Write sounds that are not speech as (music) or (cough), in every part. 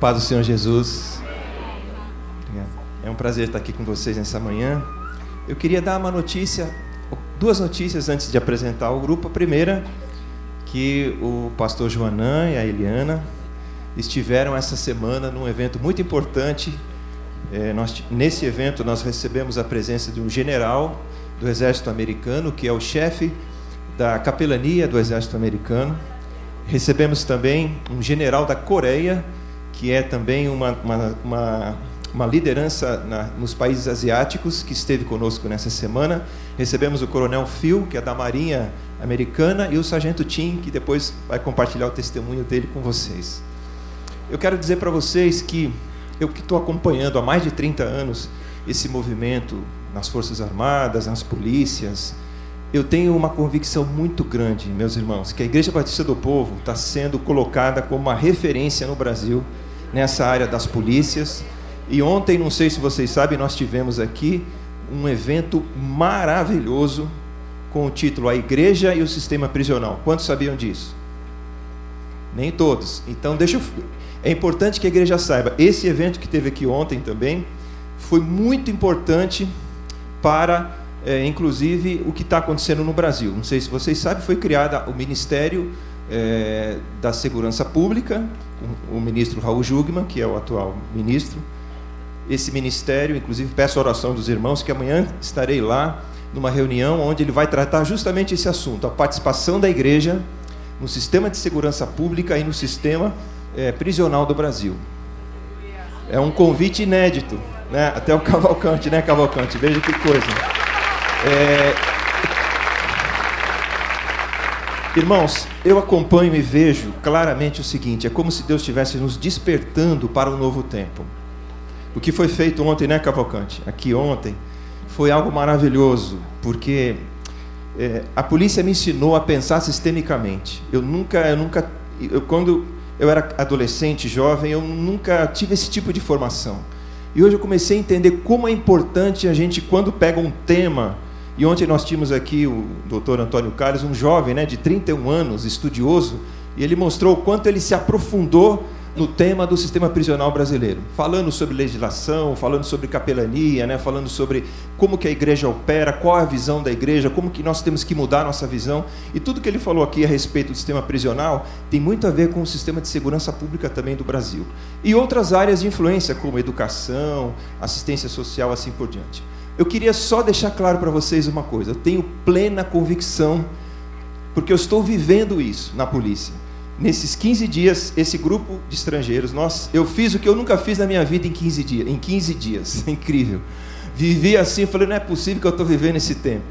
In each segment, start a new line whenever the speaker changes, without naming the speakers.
Paz do Senhor Jesus. Obrigado. É um prazer estar aqui com vocês nessa manhã. Eu queria dar uma notícia, duas notícias antes de apresentar o grupo. A primeira, que o pastor Joanã e a Eliana estiveram essa semana num evento muito importante. É, nós, nesse evento, nós recebemos a presença de um general do Exército Americano, que é o chefe da capelania do Exército Americano. Recebemos também um general da Coreia, que é também uma, uma, uma, uma liderança na, nos países asiáticos, que esteve conosco nessa semana. Recebemos o coronel Phil, que é da Marinha Americana, e o sargento Tim, que depois vai compartilhar o testemunho dele com vocês. Eu quero dizer para vocês que eu que estou acompanhando há mais de 30 anos esse movimento nas Forças Armadas, nas polícias, eu tenho uma convicção muito grande, meus irmãos, que a Igreja Batista do Povo está sendo colocada como uma referência no Brasil nessa área das polícias. E ontem, não sei se vocês sabem, nós tivemos aqui um evento maravilhoso com o título A Igreja e o Sistema Prisional. Quantos sabiam disso? Nem todos. Então, deixa eu... é importante que a igreja saiba. Esse evento que teve aqui ontem também foi muito importante para é, inclusive o que está acontecendo no Brasil. Não sei se vocês sabem, foi criada o Ministério é, da Segurança Pública, o, o, ministro Raul Jugman, que é o atual ministro. Esse ministério, inclusive, peço a oração dos irmãos, que amanhã estarei lá numa reunião onde ele vai tratar justamente esse assunto, a participação da igreja no sistema de segurança pública e no sistema é, prisional do Brasil. É um convite inédito, né? Até o (laughs) Cavalcante, né, Cavalcante? Veja que coisa. Eh, É... Irmãos, eu acompanho e vejo claramente o seguinte: é como se Deus estivesse nos despertando para um novo tempo. O que foi feito ontem, né, Cavalcante? Aqui ontem, foi algo maravilhoso, porque é, a polícia me ensinou a pensar sistemicamente. Eu nunca, eu nunca, eu, quando eu era adolescente, jovem, eu nunca tive esse tipo de formação. E hoje eu comecei a entender como é importante a gente, quando pega um tema, e ontem nós tínhamos aqui o doutor Antônio Carlos, um jovem né, de 31 anos, estudioso, e ele mostrou o quanto ele se aprofundou no tema do sistema prisional brasileiro, falando sobre legislação, falando sobre capelania, né, falando sobre como que a igreja opera, qual a visão da igreja, como que nós temos que mudar a nossa visão. E tudo que ele falou aqui a respeito do sistema prisional tem muito a ver com o sistema de segurança pública também do Brasil. E outras áreas de influência, como educação, assistência social, assim por diante. Eu queria só deixar claro para vocês uma coisa: eu tenho plena convicção, porque eu estou vivendo isso na polícia. Nesses 15 dias, esse grupo de estrangeiros, nós, eu fiz o que eu nunca fiz na minha vida em 15 dias. Em 15 dias, (laughs) É incrível. Vivi assim, falei: não é possível que eu estou vivendo esse tempo.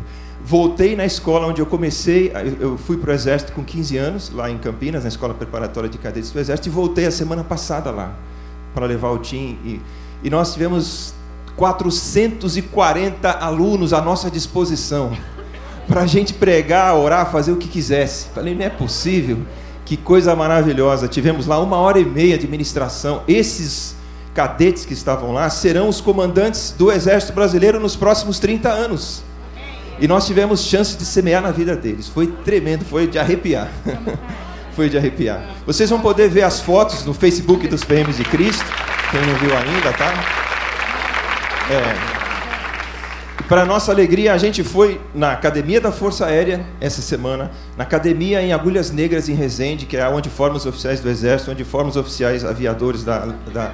Voltei na escola onde eu comecei, eu fui para o Exército com 15 anos, lá em Campinas, na Escola Preparatória de Cadetes do Exército, e voltei a semana passada lá, para levar o Tim. e, e nós tivemos 440 alunos à nossa disposição para a gente pregar, orar, fazer o que quisesse. Falei, não é possível, que coisa maravilhosa. Tivemos lá uma hora e meia de ministração. Esses cadetes que estavam lá serão os comandantes do Exército Brasileiro nos próximos 30 anos. E nós tivemos chance de semear na vida deles. Foi tremendo, foi de arrepiar. (laughs) foi de arrepiar. Vocês vão poder ver as fotos no Facebook dos PMs de Cristo. Quem não viu ainda, tá? É. Para nossa alegria, a gente foi na Academia da Força Aérea essa semana, na Academia em Agulhas Negras, em Resende, que é onde formam os oficiais do Exército, onde formam os oficiais aviadores da, da,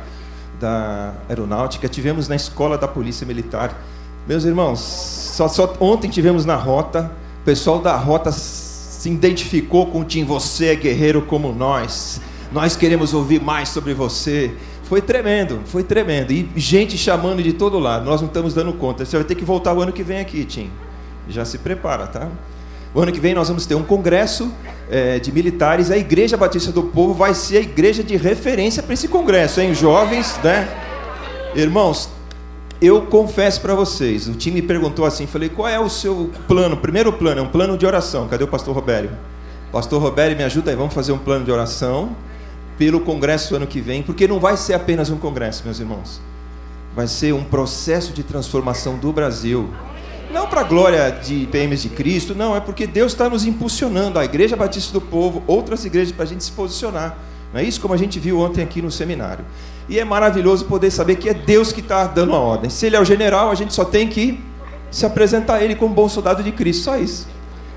da Aeronáutica. Tivemos na Escola da Polícia Militar. Meus irmãos, só, só ontem tivemos na Rota, o pessoal da Rota se identificou com o Tim, você é guerreiro como nós, nós queremos ouvir mais sobre você. Foi tremendo, foi tremendo. E gente chamando de todo lado. Nós não estamos dando conta. Você vai ter que voltar o ano que vem aqui, Tim. Já se prepara, tá? O ano que vem nós vamos ter um congresso é, de militares. A Igreja Batista do Povo vai ser a igreja de referência para esse congresso, hein? Jovens, né? Irmãos, eu confesso para vocês. O time me perguntou assim, falei, qual é o seu plano? Primeiro plano é um plano de oração. Cadê o Pastor Robério? Pastor Robério, me ajuda aí. Vamos fazer um plano de oração pelo congresso ano que vem, porque não vai ser apenas um congresso, meus irmãos. Vai ser um processo de transformação do Brasil. Não para a glória de PMs de Cristo, tá não, é porque Deus está nos impulsionando, a Igreja Batista do Povo, outras igrejas, para a gente se posicionar Não é isso como a gente viu ontem aqui no seminário. E é maravilhoso poder saber que é Deus que está dando a ordem. Se ele é o general, a gente só tem que se apresentar a ele como bom soldado de Cristo, só isso.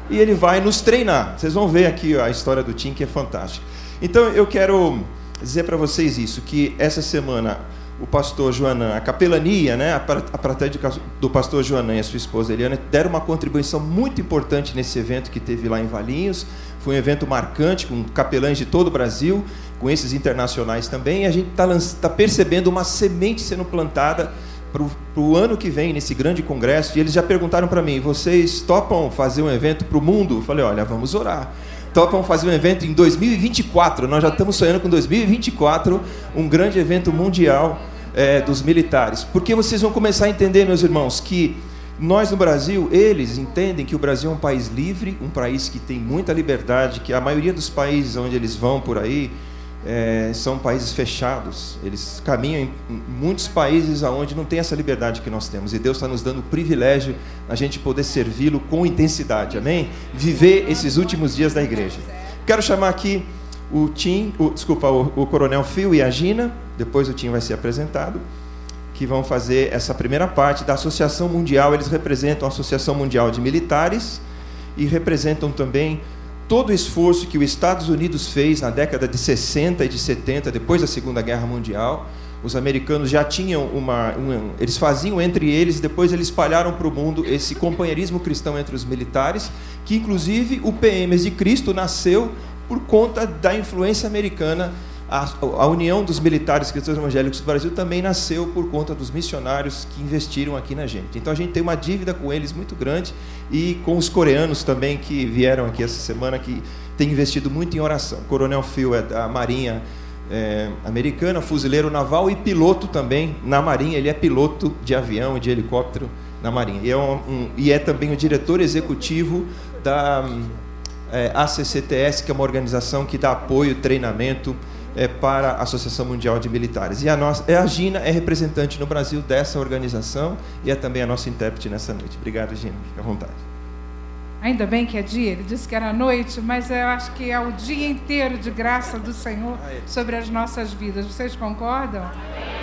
E ele vai nos treinar. Vocês vão ver aqui a história do Tim que é fantástica. Então eu quero dizer para vocês isso, que essa semana o pastor Joanã, a capelania, né, a pratéria do pastor Joanã e a sua esposa Eliana deram uma contribuição muito importante nesse evento que teve lá em Valinhos. Foi um evento marcante, com capelães de todo o Brasil, com esses internacionais também. E a gente está tá percebendo uma semente sendo plantada para o ano que vem, nesse grande congresso. E eles já perguntaram para mim: vocês topam fazer um evento para o mundo? Eu falei: olha, vamos orar topam fazer um evento em 2024. Nós já estamos sonhando com 2024, um grande evento mundial é, dos militares. Porque vocês vão começar a entender, meus irmãos, que nós no Brasil, eles entendem que o Brasil é um país livre, um país que tem muita liberdade, que a maioria dos países onde eles vão por aí é, são países fechados. Eles caminham em muitos países aonde não tem essa liberdade que nós temos. E Deus está nos dando o privilégio a gente poder servi-lo com intensidade. Amém? Viver esses últimos dias da igreja. Quero chamar aqui o Tim, o, desculpa, o, o Coronel Phil e a Gina. Depois o Tim vai ser apresentado. Que vão fazer essa primeira parte da Associação Mundial. Eles representam a Associação Mundial de Militares e representam também todo o esforço que os Estados Unidos fez na década de 60 e de 70, depois da Segunda Guerra Mundial, os americanos já tinham uma, um, eles faziam entre eles, depois eles espalharam para o mundo esse companheirismo cristão entre os militares, que inclusive o PMs de Cristo nasceu por conta da influência americana. A, a União dos Militares Cristãos Evangélicos do Brasil também nasceu por conta dos missionários que investiram aqui na gente. Então a gente tem uma dívida com eles muito grande e com os coreanos também que vieram aqui essa semana, que tem investido muito em oração. O Coronel Phil é da Marinha é, Americana, fuzileiro naval e piloto também na Marinha. Ele é piloto de avião e de helicóptero na Marinha. E é, um, um, e é também o diretor executivo da é, ACCTS, que é uma organização que dá apoio, treinamento é, para a Associação Mundial de Militares. E a, nossa, a Gina é representante no Brasil dessa organização e é também a nossa intérprete nessa noite. Obrigado, Gina. Fique à vontade.
Ainda bem que é dia, ele disse que era noite, mas eu acho que é o dia inteiro de graça do Senhor sobre as nossas vidas. Vocês concordam?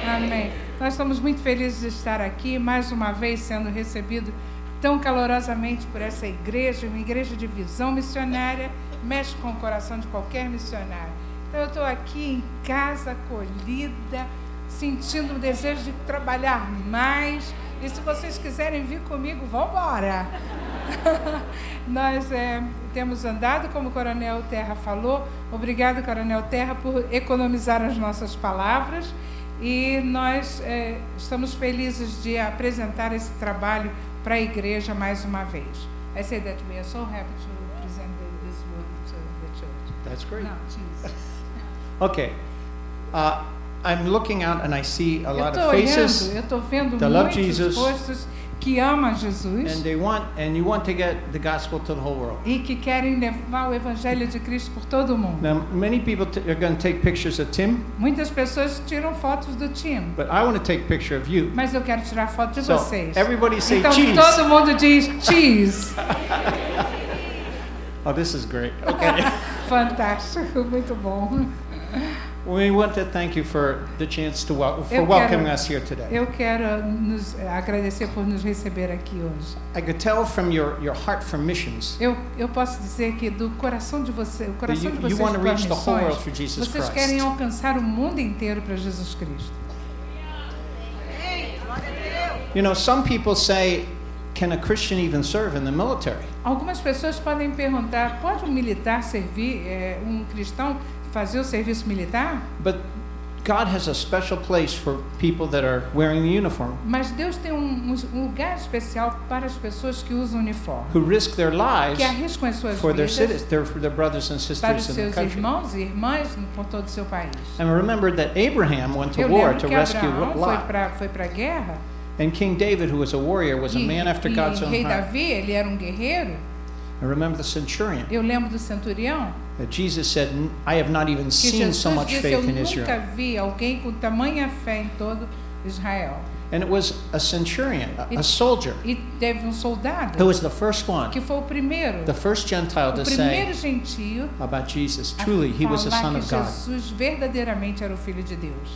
Amém. Amém. Nós estamos muito felizes de estar aqui, mais uma vez sendo recebido tão calorosamente por essa igreja, uma igreja de visão missionária, mexe com o coração de qualquer missionário. Então eu estou aqui em casa, acolhida, sentindo o desejo de trabalhar mais. E se vocês quiserem vir comigo, vão embora. (laughs) Nós é, temos andado, como o Coronel Terra falou. Obrigado, Coronel Terra, por economizar as nossas palavras. E nós é, estamos felizes de apresentar esse trabalho para a igreja mais uma vez. I say that we are so happy to present this work to the church.
That's great.
Não, Jesus.
Okay. Uh, I'm looking out and I see a
Eu
lot
estou
of faces
olhando, eu estou vendo
that love
muitos
Jesus.
rostos que amam Jesus
and they want and you want to get the gospel to the whole world.
e que querem levar o Evangelho de Cristo por todo o mundo.
Now, many people t- are going to take pictures of Tim,
Muitas pessoas tiram fotos do time,
but I want to take a picture of you.
mas eu quero tirar foto de
So,
vocês.
everybody say
então
cheese.
todo mundo diz cheese.
Oh, this is great. Okay. (laughs)
Fantástico, muito bom.
we want to thank you for the chance to wel- for
Eu
welcoming
quero-
us here today.
Eu quero nos agradecer por nos receber aqui hoje.
I could tell from your, your heart for missions
Eu, eu posso dizer que do coração de você, o
that
coração
you,
de
you
vocês
want to
para
reach the whole
missões,
world for Jesus
Vocês
Christ.
querem alcançar o mundo inteiro para Jesus Cristo.
You know, some people say, can a Christian even serve in the military?
Algumas pessoas podem perguntar: pode um militar servir, é, um cristão fazer o serviço militar?
But God has a special place for people that are wearing the uniform,
Mas Deus tem um, um lugar especial para as pessoas que usam uniforme,
who risk their lives
que arriscam as suas
for their,
vidas
citizens, their, for their brothers and
para os
sisters in the
seus
country.
irmãos e irmãs por todo o seu país.
And remember that Abraham went to
Eu
war
lembro
to
que
rescue
Abraão foi
Lot.
para foi para a guerra
And King David, who was a warrior, was a
e,
man after God's
e
own
rei
heart.
Davi ele era um guerreiro.
And remember the centurion,
Eu lembro do centurião
that Jesus said, "N- I have not even
que
seen
Jesus
so much
disse: Eu
faith in
nunca
Israel.
vi alguém com tamanha fé em todo Israel.
and it was a centurion, a, a soldier,
E teve um soldado
who was the first one,
que foi o primeiro,
the first Gentile
o
to
primeiro
say
gentio
about Jesus,
a
truly, he was the
falar
Son
que
of God.
Jesus verdadeiramente era o Filho de Deus.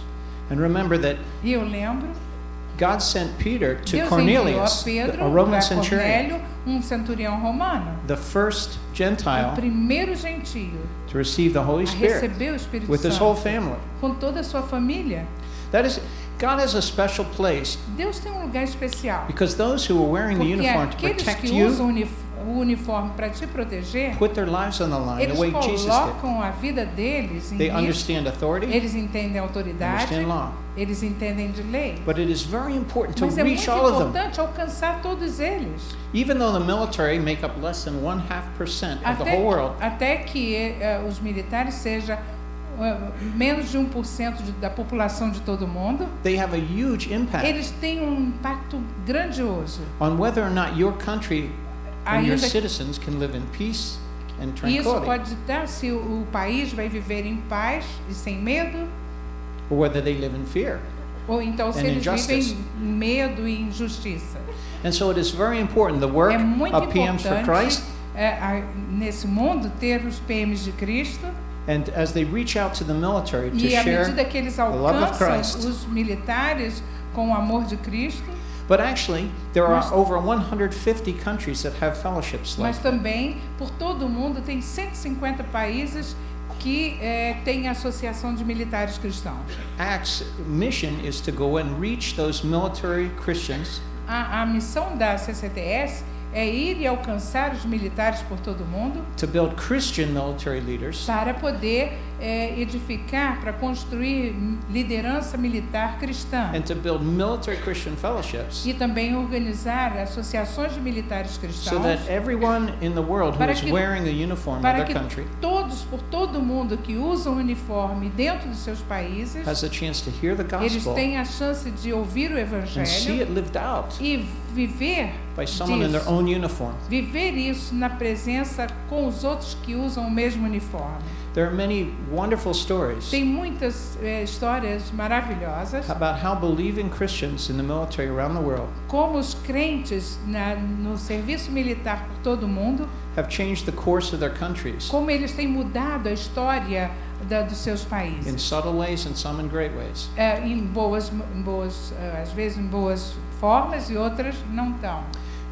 And remember that
E eu lembro,
God sent Peter to
Deus enviou a
Cornelius,
Pedro,
a Roman
a
centurion,
Cornélio, um centurião romano,
the first
o
Gentile
primeiro gentio
to receive the Ah, é? Holy
a
Spirit
receber o Espírito
with his whole
Santo
family.
com toda a sua família.
That is, God has a special place
Deus tem um lugar especial.
because those who are wearing the
Porque
uniform to
aqueles
protect
que
you
usam unif- o uniforme para te proteger,
put their lives on the line the
eles
way Jesus did.
colocam a vida deles em
They
risco.
understand authority,
Eles entendem a autoridade,
understand law.
eles entendem de lei.
But it is very important to
Mas é muito
reach all of them.
importante alcançar todos eles.
Even though the military make up less than one half percent of the
Até,
whole world,
até que eh, os militares sejam menos de 1% de, da população de todo mundo,
they have a huge impact
eles têm um impacto grandioso.
on whether or not your country and your
Ainda
citizens can live in peace and
E isso
tranquility,
pode dar se o, o país vai viver em paz e sem medo,
or whether they live in fear.
ou então se
And
eles
injustice.
vivem em medo e injustiça.
And so it is very important the work
é muito
of PMs for
importante
Christ,
é, a- nesse mundo ter os PMs de Cristo
and as they reach out to the military to
e à
share.
medida que eles
love of Christ.
alcançam os militares com o amor de Cristo,
But actually, there are
Mas-
over 150 countries that have fellowships like
mas também por todo o mundo tem 150 países que é, têm associação de militares cristãos.
Acts mission is to go and reach those military Christians
A, a missão da CCTS é ir e alcançar os militares por todo o mundo
to build Christian military leaders
para poder é, edificar, para construir liderança militar cristã
and to build military Christian fellowships
e também organizar associações de militares
so
cristãos
that everyone in the world who
Para
is
que-
wearing the uniform
para
of
que
their country
todos, por todo mundo que usa o uniforme dentro dos seus países,
has a chance to hear the
eles
gospel
têm a chance de ouvir o
and see
evangelho
it lived out
e viver
by someone in their
disso.
own uniform.
Viver isso na presença com os outros que usam o mesmo uniforme.
There are many wonderful stories
Tem muitas eh, histórias maravilhosas,
about how believing Christians in the military around the world
como os crentes na, no serviço militar por todo o mundo,
have changed the course of their countries
como eles têm mudado a história da, dos seus
in
países.
subtle ways and some in great ways.
É, em boas, em boas eh, às vezes em boas formas e outras não tão.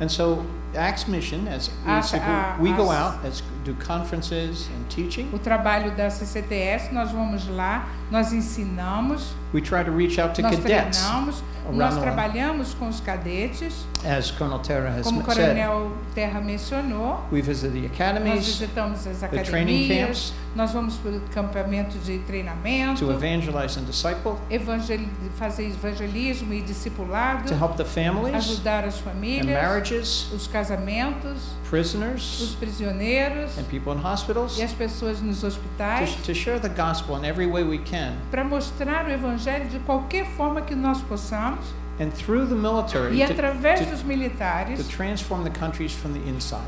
And so Acts mission as we,
As-
so go-
uh,
we go
as-
out as do conferences and
O
teaching,
trabalho da CCTS, nós vamos lá, nós ensinamos,
we try to reach out to
nós
cadets
treinamos,
around the
nós
world.
trabalhamos com os cadetes,
as Colonel Terra has
como o
m- said.
Coronel Terra mencionou.
We visit the
Nós
academies,
visitamos as
the training
academias,
camps
Nós vamos para o campamento de treinamento,
to evangelize and disciple,
evangel- fazer evangelismo e discipulado,
to help the families
ajudar as
and
famílias,
marriages,
os casamentos, os
prisoners
prisioneiros
and people in hospitals,
e as pessoas nos hospitais,
to, to share the gospel in every way we can.
para mostrar o evangelho de qualquer forma que nós possamos
And through the military,
e
to,
através
to-
dos
to
militares
transform the countries from the inside.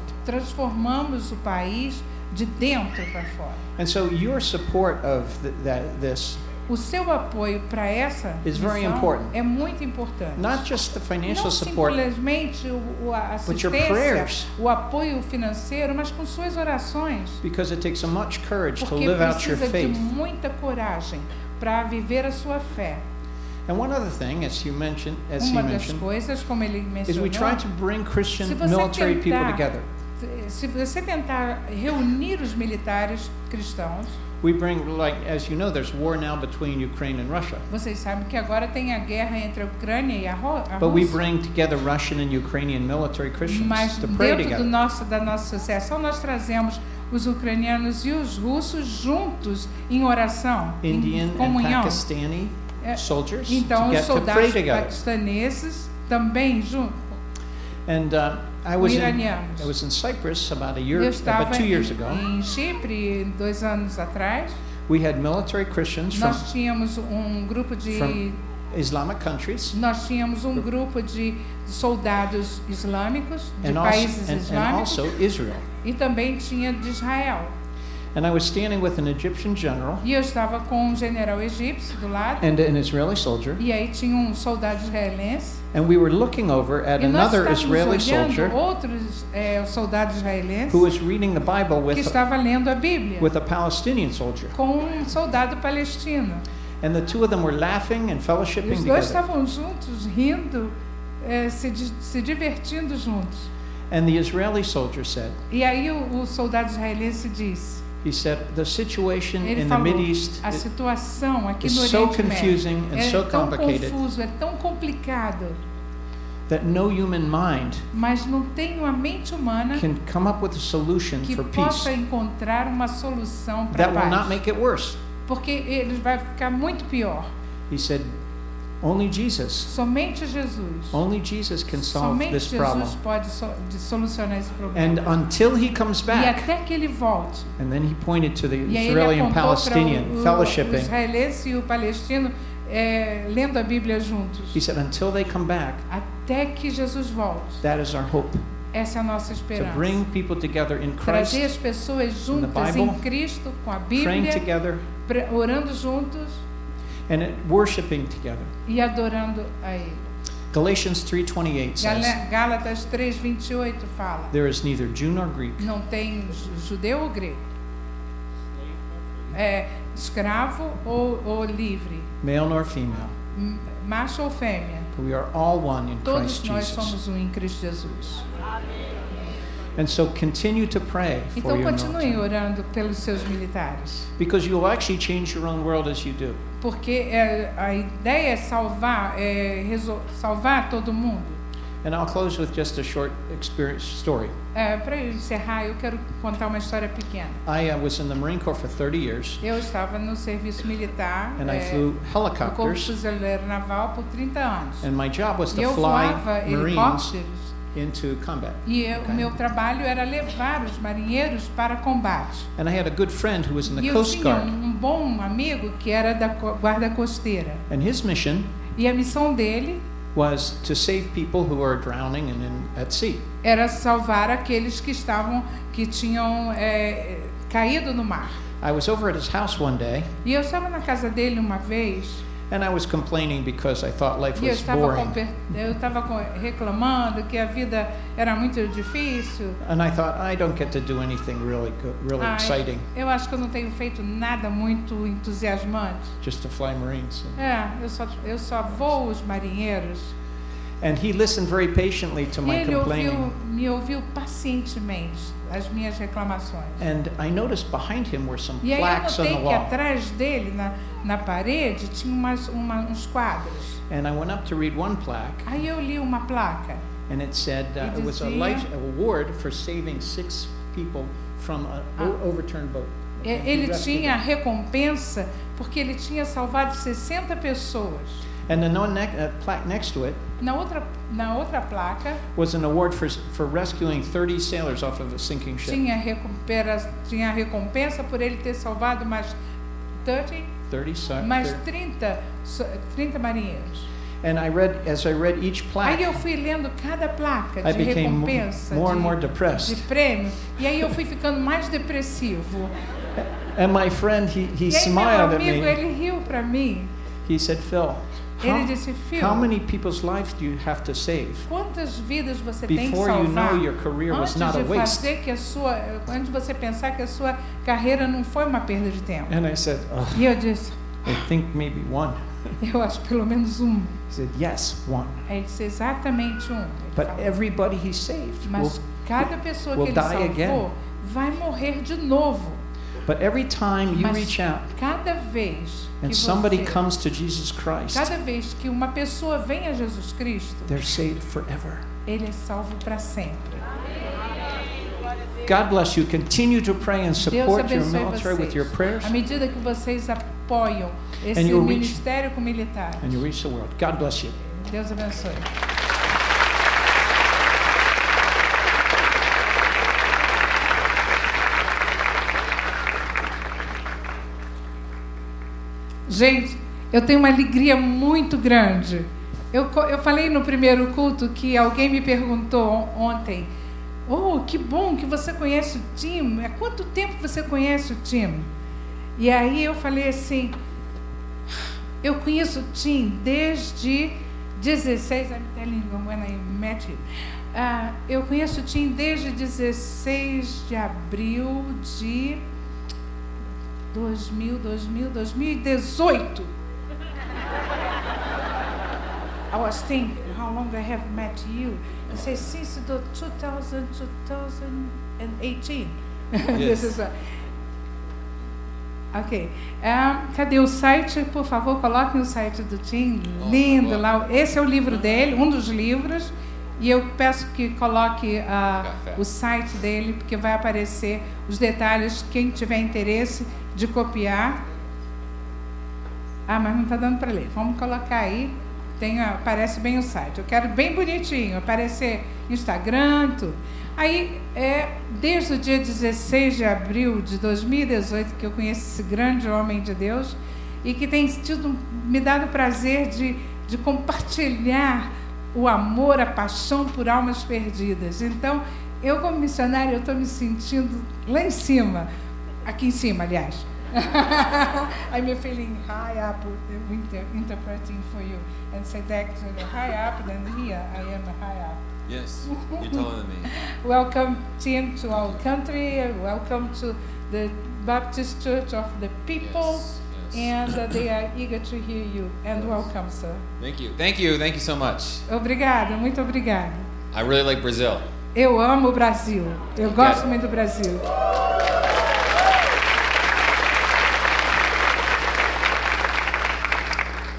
transformamos o país de dentro para fora.
And so your support of th- that, this,
O seu apoio para essa
It's very
missão
important.
é muito importante.
not just the financial
não
support,
simplesmente o, o- a
But your
assistência,
prayers.
o apoio financeiro, mas com suas orações,
because it takes so much courage to
porque
live out your
precisa de
faith.
muita coragem para viver a sua fé.
And one other thing, as you mentioned, as he
Uma das
mentioned,
coisas, como ele
is we try
mencionou,
to bring
Se
Christian
você
military people
tentar-
together.
se você tentar reunir os militares cristãos,
We bring, like, as you know, there's war now between Ukraine and Russia.
vocês sabem que agora tem a guerra entre a Ucrânia e a, Ro a
But we
Rússia.
bring together Russian and Ukrainian military
Mas
Christians to pray
dentro do
together.
nosso, da nossa associação, nós trazemos os ucranianos e os russos juntos em oração,
Indian
em
and
comunhão.
Pakistani
É,
soldiers to
Então, os
get to pray
soldados
together.
paquistaneses também juntos,
And uh, I was in,
iranianos.
I was in Cyprus about a year,
Eu
about
estava
two
em,
years ago.
em Chipre dois anos atrás.
We had military Christians from
Nós tínhamos um grupo de
From- Islamic countries
nós tínhamos um grupo de soldados islâmicos de
and also,
países
and, and
islâmicos
also Israel.
e também tinha de Israel.
And I was standing with an Egyptian general
E eu estava com um general egípcio do lado.
and an Israeli soldier,
E aí tinha um soldado israelense.
and we were looking over at
E nós
another
estávamos
Israeli
olhando
soldier
outros eh, soldados israelenses
who was reading the Bible
que
with,
estava lendo a Bíblia
with a Palestinian soldier.
com um soldado palestino.
And the two of them were laughing and
E
fellowshipping
os dois
together.
estavam juntos, rindo, eh, se, di- se divertindo juntos.
And the Israeli soldier said,
E aí o, o soldado israelense disse:
he said, the situation
Ele
in the
falou,
Mideast
a
is
situação aqui no
is so
Oriente Médio
confusing and
é
so
tão
complicated
confuso, é tão complicado,
that no human mind
mas não tem uma mente humana
can come up with a solution
que
for peace
possa encontrar uma solução para
that will
a
not
paz,
make it worse.
porque ele vai ficar muito pior.
He said, only Jesus,
Somente Jesus.
only Jesus can solve
Somente
this
Jesus
problem.
pode so- de- solucionar esse
And
problema.
until he comes
e
back,
até que ele volte.
and then he pointed to the
E aí
Israeli
ele
and
apontou para
Palestinian
o, o, o
fellowshipping.
israelense e o palestino eh, lendo a Bíblia juntos.
He said, until they come back,
Até que Jesus volte.
that is our hope
Essa é a nossa
to
esperança.
bring people together in
Trazer
Christ,
as pessoas
the
juntas
Bible,
em Cristo, com a
praying
Bíblia,
together,
pre- orando juntos
and worshiping together.
e adorando a Ele.
Galatians 3:28 says,
Galá- Gálatas 3:28 fala:
there is neither Jew nor Greek,
não tem ju- judeu ou grego. É escravo ou, ou livre,
male nor female,
m- macho ou fêmea.
but we are all one in
Todos
Christ
nós
Jesus.
somos um em Cristo Jesus.
And so continue to pray for
Então
your
continuem
military,
orando pelos seus militares,
because you will actually change your own world as you do.
porque é, a ideia é salvar, é resol- salvar todo mundo.
And I'll close with just a short experience story.
Para encerrar, É, eu quero contar uma história pequena.
I uh, was in the Marine Corps for 30 years,
Eu estava no serviço militar,
and I
é,
flew
no Corpo
helicopters.
Fuzileiro Naval, por 30 anos.
And my job was
E
to
eu voava
fly Marines
helicópteros
into combat.
E eu- o meu trabalho era levar os marinheiros para combate.
And I had a good friend who was in
E
the
eu
Coast
tinha
Guard,
um bom amigo que era da co- guarda costeira.
and his mission
E a missão dele
was to save people who are drowning and in, at sea.
era salvar aqueles que estavam, que tinham é, caído no mar.
I was over at his house one day,
E eu estava na casa dele uma vez
and I was complaining because I thought life
e eu
was
estava,
boring.
comper- eu estava com- reclamando que a vida era muito difícil.
And I thought I don't get to do anything really good, really
Ai,
exciting,
eu acho que eu não tenho feito nada muito entusiasmante.
just to fly Marines.
É, eu só, eu só vou os marinheiros.
And he listened very patiently to
E
my
ele ouviu,
complaining.
me ouviu pacientemente as minhas reclamações.
And I noticed behind him were some
E aí eu
plaques on the
notei que
wall.
atrás dele, na, na parede, tinha umas, uma, uns quadros.
And I went up to read one plaque,
Aí eu li uma placa.
and it said uh,
E
it was a
dizia-
life award for saving six people from an o-
Ah.
overturned boat.
E- Ele tinha a recompensa porque ele tinha salvado 60 pessoas.
And the no ne- uh, plaque next to it
Na outra, na outra placa,
was an award for, s- for rescuing 30 sailors off of a sinking ship.
tinha, recupera, tinha recompensa por ele ter salvado mais 30
30 sailors.
mais 30, so- 30 marinheiros.
And I read, as I read each plaque,
Aí eu fui lendo cada placa
I
de
became mo-
recompensa,
more and more
de, de
depressed.
prêmio, e aí eu fui ficando mais
(laughs)
depressivo.
And my friend, he, he
e aí meu
smiled at
amigo,
me.
ele riu para mim.
He said, Phil,
Ele
how,
disse, Phil,
how many people's lives do you have to save
quantas vidas você tem que
before you know
salvar
your career
antes
was not a
de
waste?
fazer que a sua, antes de você pensar que a sua carreira não foi uma perda de tempo?
And I said, "Ugh,
E eu disse,
I think maybe one.
eu acho pelo menos um.
He said, yes, one.
Aí ele disse, exatamente um. Ele
But
falou.
everybody he saved will
Mas cada pessoa
will
que ele
die
salvou
again.
vai morrer de novo.
But every time you
Mas-
reach out
Cada vez que
and somebody
você-
comes to Jesus Christ,
cada vez que uma pessoa vem a Jesus Cristo,
they're saved forever.
ele é salvo para sempre.
God bless you. Continue to pray and
Deus
support your
abençoe
military with your
vocês.
prayers,
À medida que vocês apoiam esse
And you'll reach-
ministério com militares.
and you reach the world. God bless you.
Deus abençoe. Gente, eu tenho uma alegria muito grande. Eu, co- eu falei no primeiro culto que alguém me perguntou on- ontem Oh, que bom que você conhece o Tim. Há quanto tempo você conhece o Tim? E aí eu falei assim: Eu conheço o Tim desde 16. I'm telling you when I met him. Ah, eu conheço o Tim desde 16 de abril de 2000, 2000, 2018. I was thinking how long I have met you. He says since the 2000, 2018.
Yes.
(laughs) this is a... Ok. Ah, cadê o site? Por favor, coloquem o site do Tim. Lindo lá. Esse é o livro dele, um dos livros. E eu peço que coloque ah,
Café.
o site dele, porque vai aparecer os detalhes. Quem tiver interesse de copiar. Ah, mas não está dando para ler. Vamos colocar aí. Tem, a- aparece bem o site. Eu quero bem bonitinho, aparecer Instagram, tudo. Aí, é, desde o dia 16 de abril de 2018, que eu conheço esse grande homem de Deus e que tem tido, me dado o prazer de, de compartilhar o amor, a paixão por almas perdidas. Então, eu, como missionária, eu estou me sentindo lá em cima, aqui em cima, aliás. (laughs) I'm feeling high up, inter interpreting for you, and say that uh, high up, then here I am high up.
Yes, you're taller than me.
Welcome, team, to our country. and Welcome to the Baptist Church of the People.
Yes, yes.
And uh, they are eager to hear you. And welcome, sir.
Thank you. Thank you. Thank you so much.
Obrigada, muito obrigada.
I really like Brazil.
Eu amo o Brasil. Eu gosto muito do Brasil.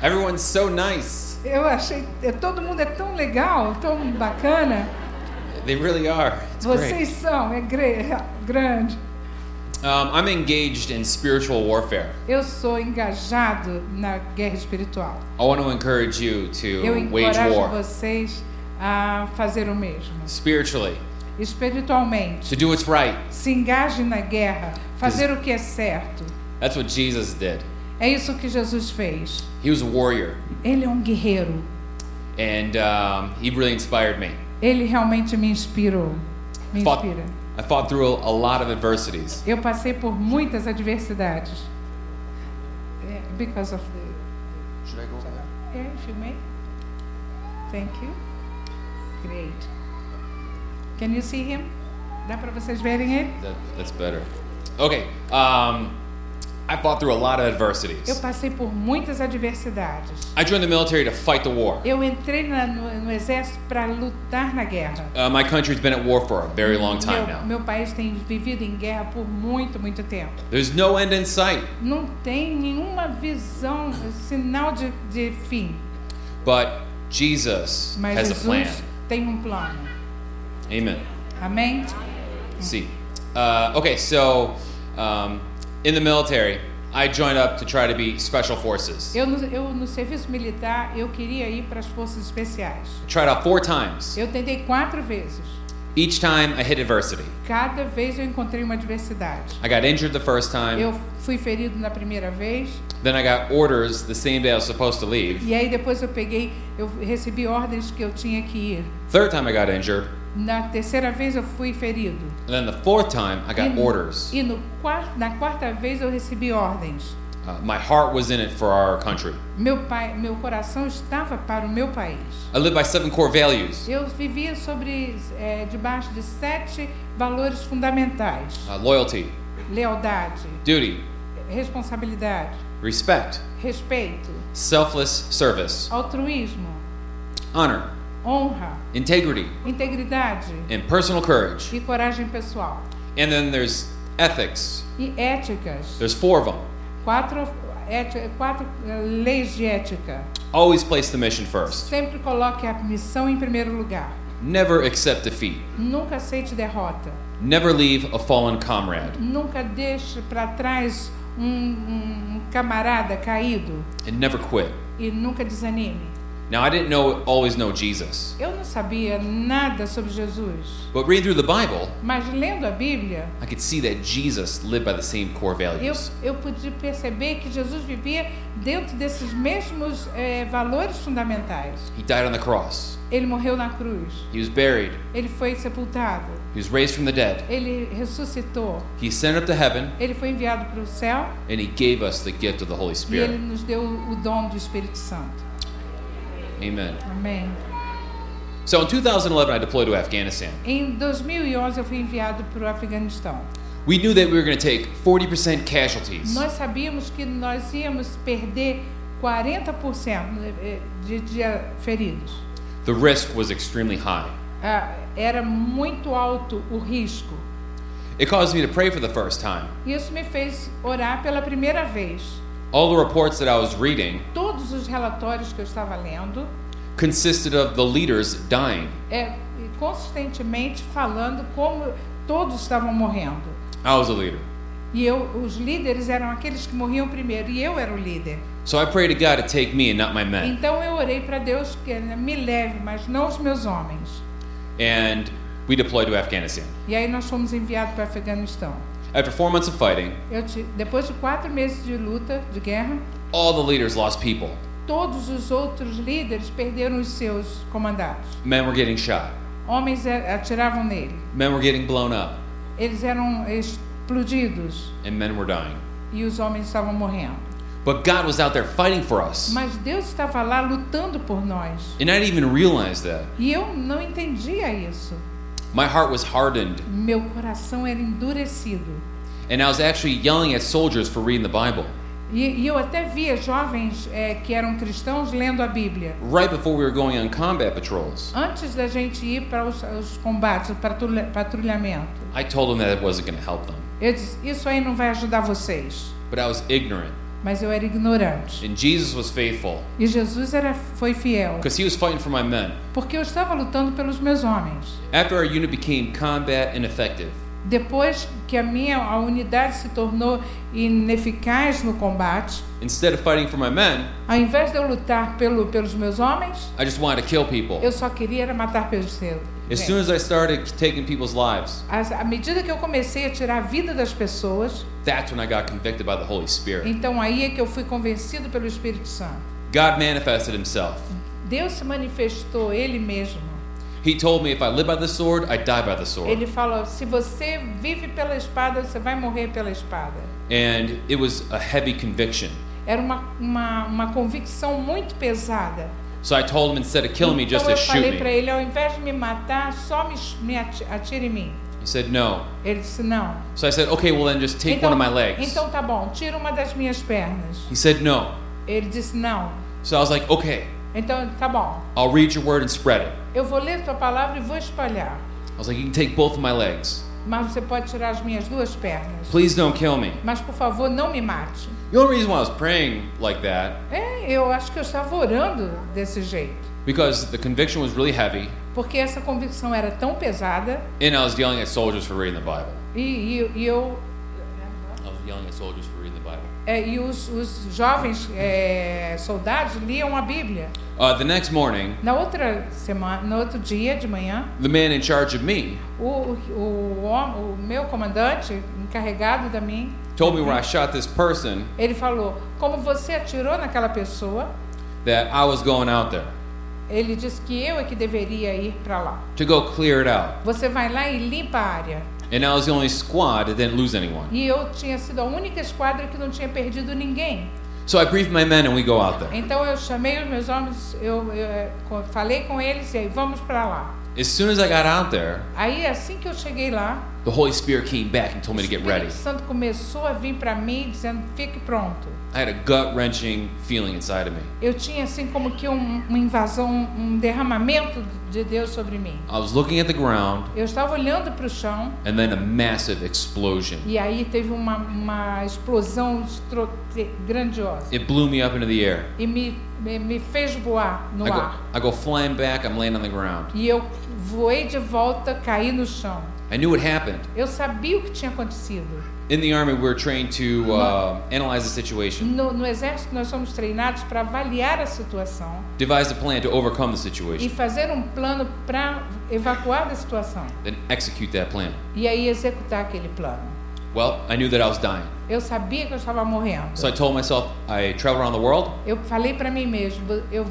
Everyone's so nice.
Eu achei. é, Todo mundo é tão legal, tão bacana.
They really are. It's
Vocês
great.
são, é gre- grande.
Um, I'm engaged in spiritual warfare.
Eu sou engajado na guerra espiritual.
I want to encourage you
Eu
to wage
encorajo
war
vocês a fazer o mesmo.
spiritually,
Espiritualmente.
to do what's right.
se engaje na guerra, fazer o que é certo.
That's what Jesus did.
É isso que Jesus fez.
He was a warrior,
Ele é um guerreiro.
and um, he really inspired me.
Ele realmente me inspirou. Me
Fought,
inspira.
I fought through a, a lot of adversities.
Eu passei por muitas adversidades. É, Because of the.
Should I go over there?
Yeah, if you may. Thank you. Great. Can you see him? Dá para vocês verem ele?
That, that's better. Okay. Um, I fought through a lot of
Eu
adversities.
passei por muitas adversidades.
I joined the military to fight the war.
Eu entrei na- no- no exército para lutar na guerra.
Uh, my country's been at war for a very long time
meu,
now.
meu país tem vivido em guerra por muito, muito tempo.
There's no end in sight,
Não tem nenhuma visão, sinal de, de fim.
but Jesus
Mas
has a plan.
Jesus tem um plano.
Amen.
Amém?
See. Uh, okay, so um, in the military, I joined up to try to be special forces.
Eu no, eu, no serviço militar, eu queria ir para as forças especiais.
Tried out four times.
Eu tentei quatro vezes.
Each time I hit adversity.
Cada vez eu encontrei uma adversidade.
I got injured the first time.
Eu fui ferido na primeira vez,
Then I got orders the same day I was supposed to leave.
e aí depois eu peguei, eu recebi ordens que eu tinha que ir.
Third time I got injured.
Na terceira vez eu fui ferido.
And then the fourth time I got
E-
orders.
E no quar- na quarta vez eu recebi ordens.
Uh, my heart was in it for our country.
Meu pai, meu coração estava para o meu país.
I live by seven core values
Eu vivia sobre eh, debaixo de sete valores fundamentais:
uh, loyalty,
lealdade,
duty,
responsabilidade,
respect,
respeito,
selfless service,
altruísmo,
honor,
honra,
integrity,
integridade
and personal courage.
e coragem pessoal.
And then there's ethics.
E éticas.
There's four of them.
Quatro, éti- quatro eh, leis de ética.
Always place the mission first.
Sempre coloque a missão em primeiro lugar.
Never accept defeat.
Nunca aceite derrota.
Never leave a fallen comrade.
Nunca deixe para trás um, um camarada caído
And never quit.
e nunca desanime.
Now, I didn't know always know Jesus,
Eu não sabia nada sobre Jesus,
but reading through the Bible,
mas lendo a Bíblia,
I could see that Jesus lived by the same core
eu,
values.
eu pude perceber que Jesus vivia dentro desses mesmos eh, valores fundamentais.
He died on the cross.
Ele morreu na cruz,
He was buried.
ele foi sepultado,
He was raised from the dead.
ele ressuscitou,
He ascended up to heaven,
ele foi enviado para o céu
and he gave us the gift of the Holy
e ele
Spirit.
nos deu o dom do Espírito Santo.
Amen.
Amém.
So in 2011, I deployed to Afghanistan.
Em 2011 eu fui enviado para o Afeganistão.
We knew that we were going to take 40% casualties.
Nós sabíamos que nós íamos perder 40% é, de, de feridos.
The risk was extremely high.
Ah, Era muito alto o risco.
It caused me to pray for the first time.
Isso me fez orar pela primeira vez.
All the reports that I was reading
Todos os relatórios que eu estava lendo,
consisted of the leaders dying.
é, consistentemente falando como todos estavam morrendo.
I was a leader.
E eu, os líderes eram aqueles que morriam primeiro, e eu era o líder.
So I prayed to God to take me and not my men.
Então eu orei para Deus que ele me leve, mas não os meus homens.
And we deployed to Afghanistan.
E aí nós fomos enviados para o Afeganistão.
After four months of fighting,
Eu ti- depois de quatro meses de luta, de guerra,
all the leaders lost people.
todos os outros líderes perderam os seus comandados.
Men were getting shot.
Homens eh, atiravam nele.
Men were getting blown up.
Eles eram explodidos
And men were dying.
e os homens estavam morrendo.
But God was out there fighting for us.
Mas Deus estava lá lutando por nós.
And I didn't even realize that.
E eu não entendia isso.
My heart was hardened.
Meu coração era endurecido.
And I was actually yelling at soldiers for reading the Bible
E, e eu até via jovens eh, que eram cristãos lendo a Bíblia.
right before we were going on combat patrols.
Antes da gente ir para os, os combates, para o patrulhamento.
I told them that it wasn't going to help them.
Eu disse, isso aí não vai ajudar vocês.
But I was ignorant.
Mas eu era ignorante.
And Jesus was faithful
E Jesus era, foi fiel.
because he was fighting for my men.
Porque eu estava lutando pelos meus homens.
After our unit became combat ineffective,
Depois que a minha a unidade se tornou ineficaz no combate,
instead of fighting for my men,
ao invés de eu lutar pelo, pelos meus homens,
I just wanted to kill people.
eu só queria era matar pelos seus.
As soon as I started taking people's lives,
As- À medida que eu comecei a tirar a vida das pessoas,
that's when I got convicted by the Holy Spirit.
então aí é que eu fui convencido pelo Espírito Santo.
God manifested himself.
Deus se manifestou Ele mesmo.
He told me if I live by the sword, I die by the sword.
Ele fala: se você vive pela espada, você vai morrer pela espada.
And it was a heavy conviction.
Era uma, uma, uma convicção muito pesada.
So I told him instead of killing me, just
então
to
eu
shoot
falei para
me.
ele: ao invés de me matar, só me, ch- me ati- atire em mim.
He said no.
Ele disse: não.
So I said, okay, well then just take
então,
one of my legs.
então tá bom, tira uma das minhas pernas.
He said no.
Ele disse: não.
So I was like, okay,
Então tá bom,
I'll read your word and spread it.
eu vou ler tua palavra e vou espalhar.
I was like, you can take both of my legs.
Mas você pode tirar as minhas duas pernas.
Please don't kill me.
Mas por favor, não me mate.
The only reason why I was praying like that
É, eu acho que eu estava orando desse jeito.
because the conviction was really heavy,
porque essa convicção era tão pesada
and I was yelling at soldiers for reading the Bible.
e, e- e eu
I was yelling at soldiers for reading the Bible.
é, e os, os jovens é, soldados liam a Bíblia.
Uh, the next morning,
Na outra semana, no outro dia de manhã,
the man in charge of me
o, o, o hom- o meu comandante encarregado da mim,
told me where I shot this person
ele falou: como você atirou naquela pessoa,
that I was going out there
ele disse que eu é que deveria ir para lá.
to go clear it out.
Você vai lá e limpa a área.
And I was the only squad that didn't lose anyone.
E eu tinha sido a única esquadra que não tinha perdido ninguém.
So I briefed my men and we go out there.
Então eu chamei os meus homens, eu, eu, eh, co- falei com eles e aí vamos para lá.
As soon as I got out there,
Aí assim que eu cheguei lá,
the Holy Spirit came back and told
o
me to get ready.
Espírito Santo começou a vir para mim dizendo fique pronto.
I had a gut wrenching feeling inside of me.
Eu tinha assim como que um, uma invasão, um derramamento de Deus sobre mim.
I was looking at the ground
Eu estava olhando para o chão
and then a massive explosion.
e aí teve uma, uma explosão estro- te- grandiosa
It blew me up into the air.
e me, me, me fez voar no
I go,
ar.
I go flying back, I'm laying on the ground.
E eu voei de volta, caí no chão.
I knew what happened.
Eu sabia o que tinha acontecido.
In the army, we were trained to uh, analyze the situation,
No, no exército, nós somos treinados para avaliar a situação
devise a plan to overcome the
e
situation,
fazer um plano para evacuar da situação
then execute that plan.
e aí executar aquele plano.
Well, I knew that I was dying.
Eu sabia que eu estava morrendo.
So I told myself, I traveled around the world,
Eu falei para mim mesmo, eu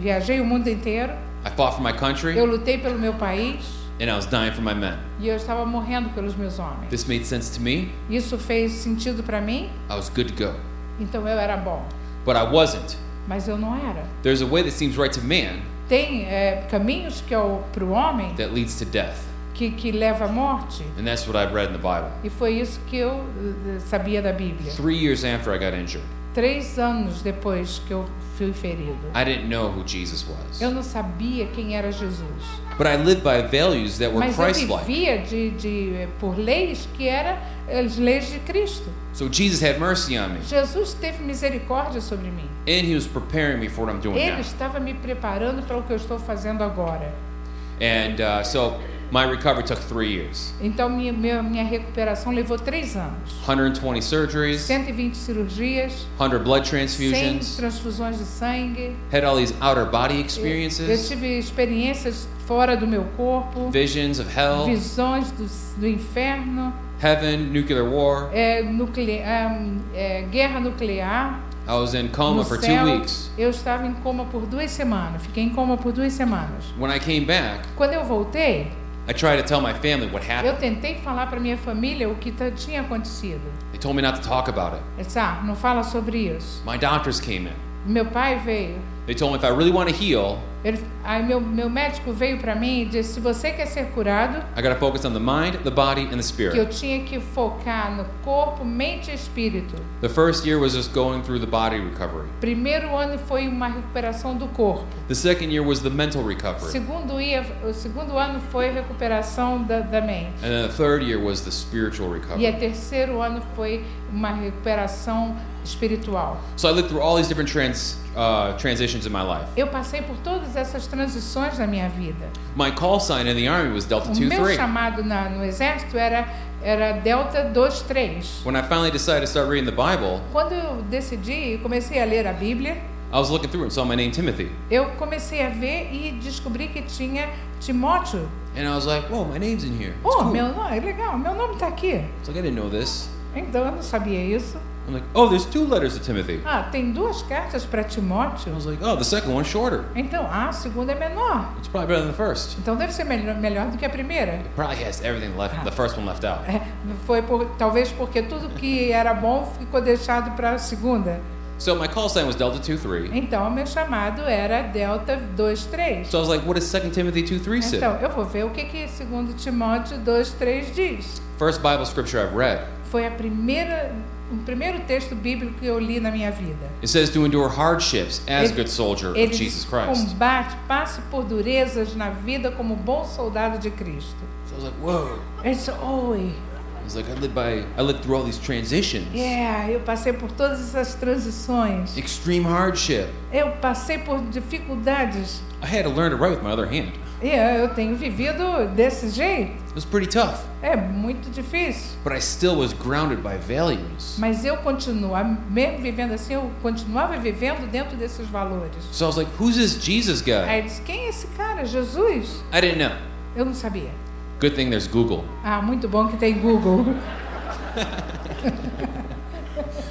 viajei o mundo inteiro,
I fought for my country,
eu lutei pelo meu país
and I was dying for my men.
e eu estava morrendo pelos meus homens.
This made sense to me.
Isso fez sentido para mim,
I was good to go.
então eu era bom,
But I wasn't.
mas eu não era.
There's a way that seems right to man
Tem é, caminhos que para o homem
that leads to death.
que, que leva à morte
And that's what I've read in the Bible.
e foi isso que eu eh, sabia da Bíblia.
Three years after I got injured,
Três anos depois que eu fui ferido,
I didn't know who Jesus
eu
was.
não sabia quem era Jesus,
But I lived by values that were
mas eu
Christ like.
vivia de, de, eh, por leis que eram as leis de Cristo.
So Jesus had mercy on me.
Jesus teve misericórdia sobre mim.
And he was preparing me for what I'm doing
Ele
now.
estava me preparando para o que eu estou fazendo agora.
And uh, so my recovery took three years
Então minha, minha, minha recuperação levou três anos.
120 surgeries,
120 cirurgias,
100 blood
100
transfusions,
transfusões de sangue.
had all these outer body
Eu
experiences,
tive experiências fora do meu corpo,
visions of hell,
visões do, do inferno,
heaven, nuclear war.
é, nucle- ah, é, guerra nuclear.
I was in
no
coma for two
céu.
weeks.
Eu estava em coma por duas semanas. Fiquei em coma por duas semanas.
When I came back,
Quando eu voltei,
I tried to tell my family what
eu
happened.
tentei falar para minha família o que t- tinha acontecido.
They told me not to talk about it.
Eles, ah, não fala sobre isso.
My doctors came in.
Meu pai veio.
They told me if I really want to heal,
Ele, aí meu, meu médico veio para mim e disse: se você quer ser curado,
I got to focus on the mind, the body,
que
and the
eu
spirit.
tinha que focar no corpo, mente e espírito.
The first year was just going through the body recovery.
Primeiro ano foi uma recuperação do corpo.
The second year was the mental recovery.
Segundo ia, o segundo ano foi recuperação da, da mente.
And then the third year was the spiritual
E
recovery.
o terceiro ano foi uma recuperação espiritual.
So I lived through all these different trans, uh, transitions in my life.
Eu passei por todas essas transições na minha vida.
My call sign in the army was Delta
O meu
2-3.
chamado na, no exército era, era Delta 23.
When I finally decided to start reading the Bible,
Quando eu decidi e comecei a ler a Bíblia,
I was looking through it and saw my name Timothy.
eu comecei a ver e descobri que tinha Timóteo.
And I was like, whoa, my name's in here. It's
Oh,
cool.
meu nome, legal, meu nome está aqui.
It's like, I didn't know this.
Então eu não sabia isso.
I'm like, oh, there's two letters to Timothy.
Ah, tem duas cartas para Timóteo.
I was like, oh, the second one's shorter.
Então, ah, a segunda é menor.
It's probably better than the first.
Então deve ser melhor, melhor do que a primeira.
It probably has everything left, the first one left out.
É, Foi por, talvez porque tudo que era bom ficou deixado para a segunda.
So my call sign was Delta 2-3.
Então, meu chamado era Delta 23.
So I was like, what does 2 Timothy 2-3 say?
Então, eu vou ver o que que segundo Timóteo 23 diz.
First Bible scripture I've read.
Foi a primeira, o primeiro texto bíblico que eu li na minha vida.
It says to endure hardships as a
Ele-
good soldier of
Ele
Jesus Christ.
combate, passa por durezas na vida como bom soldado de Cristo. "Oh,
So I was like, whoa.
Ele disse, oi,
I was like, I lived by, I lived through all these transitions.
yeah, eu passei por todas essas transições.
Extreme hardship.
Eu passei por dificuldades.
I had to learn to write with my other hand.
E é, eu tenho vivido desse jeito.
It was pretty tough.
É muito difícil.
But I still was grounded by values.
Mas eu continuo, mesmo vivendo assim, eu continuava vivendo dentro desses valores.
So I was like, who's this Jesus guy?
Aí eu disse, quem é esse cara? Jesus?
I didn't know.
Eu não sabia.
Good thing there's Google.
Ah, muito bom que tem Google. (laughs)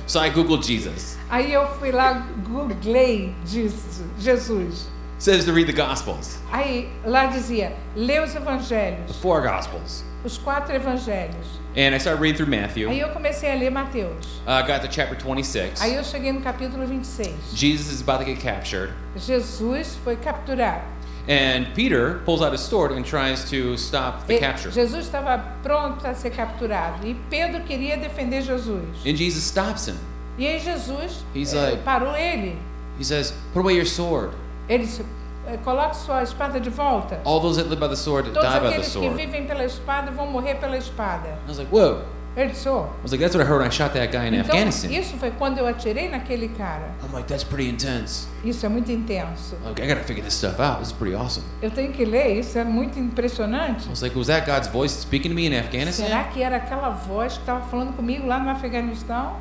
So I Googled Jesus.
Aí eu fui lá, googlei disso, Jesus.
It says to read the Gospels,
Aí lá dizia, lê os
the
evangelhos,
four Gospels.
os quatro evangelhos.
And I started reading through Matthew.
Aí
I
eu comecei a ler Mateus.
uh, got to chapter 26.
Aí eu cheguei no capítulo 26.
Jesus is about to get captured.
Jesus foi capturado.
And Peter pulls out his sword and tries to stop the
E-
capture.
Jesus estava pronto para ser capturado. E Pedro queria defender Jesus.
And Jesus stops him.
E aí Jesus
He's
eh,
like-
parou ele.
He says, Put away your sword.
Ele disse, "Eh, coloque sua espada de volta.
All those that live by the sword
Todos
Oh, die by the
aqueles que
sword.
vivem pela espada vão morrer pela espada.
I was like, Whoa.
Ele sou.
I was like, that's what I heard when I shot that guy in
Então,
Afghanistan.
isso foi quando eu atirei naquele cara.
I'm like, that's pretty intense.
Isso é muito intenso.
Like, I gotta figure this stuff out. This is pretty awesome.
Eu tenho que ler, isso é muito impressionante.
I was like, was that God's voice speaking to me in Afghanistan?
Será que era aquela voz que estava falando comigo lá no Afeganistão?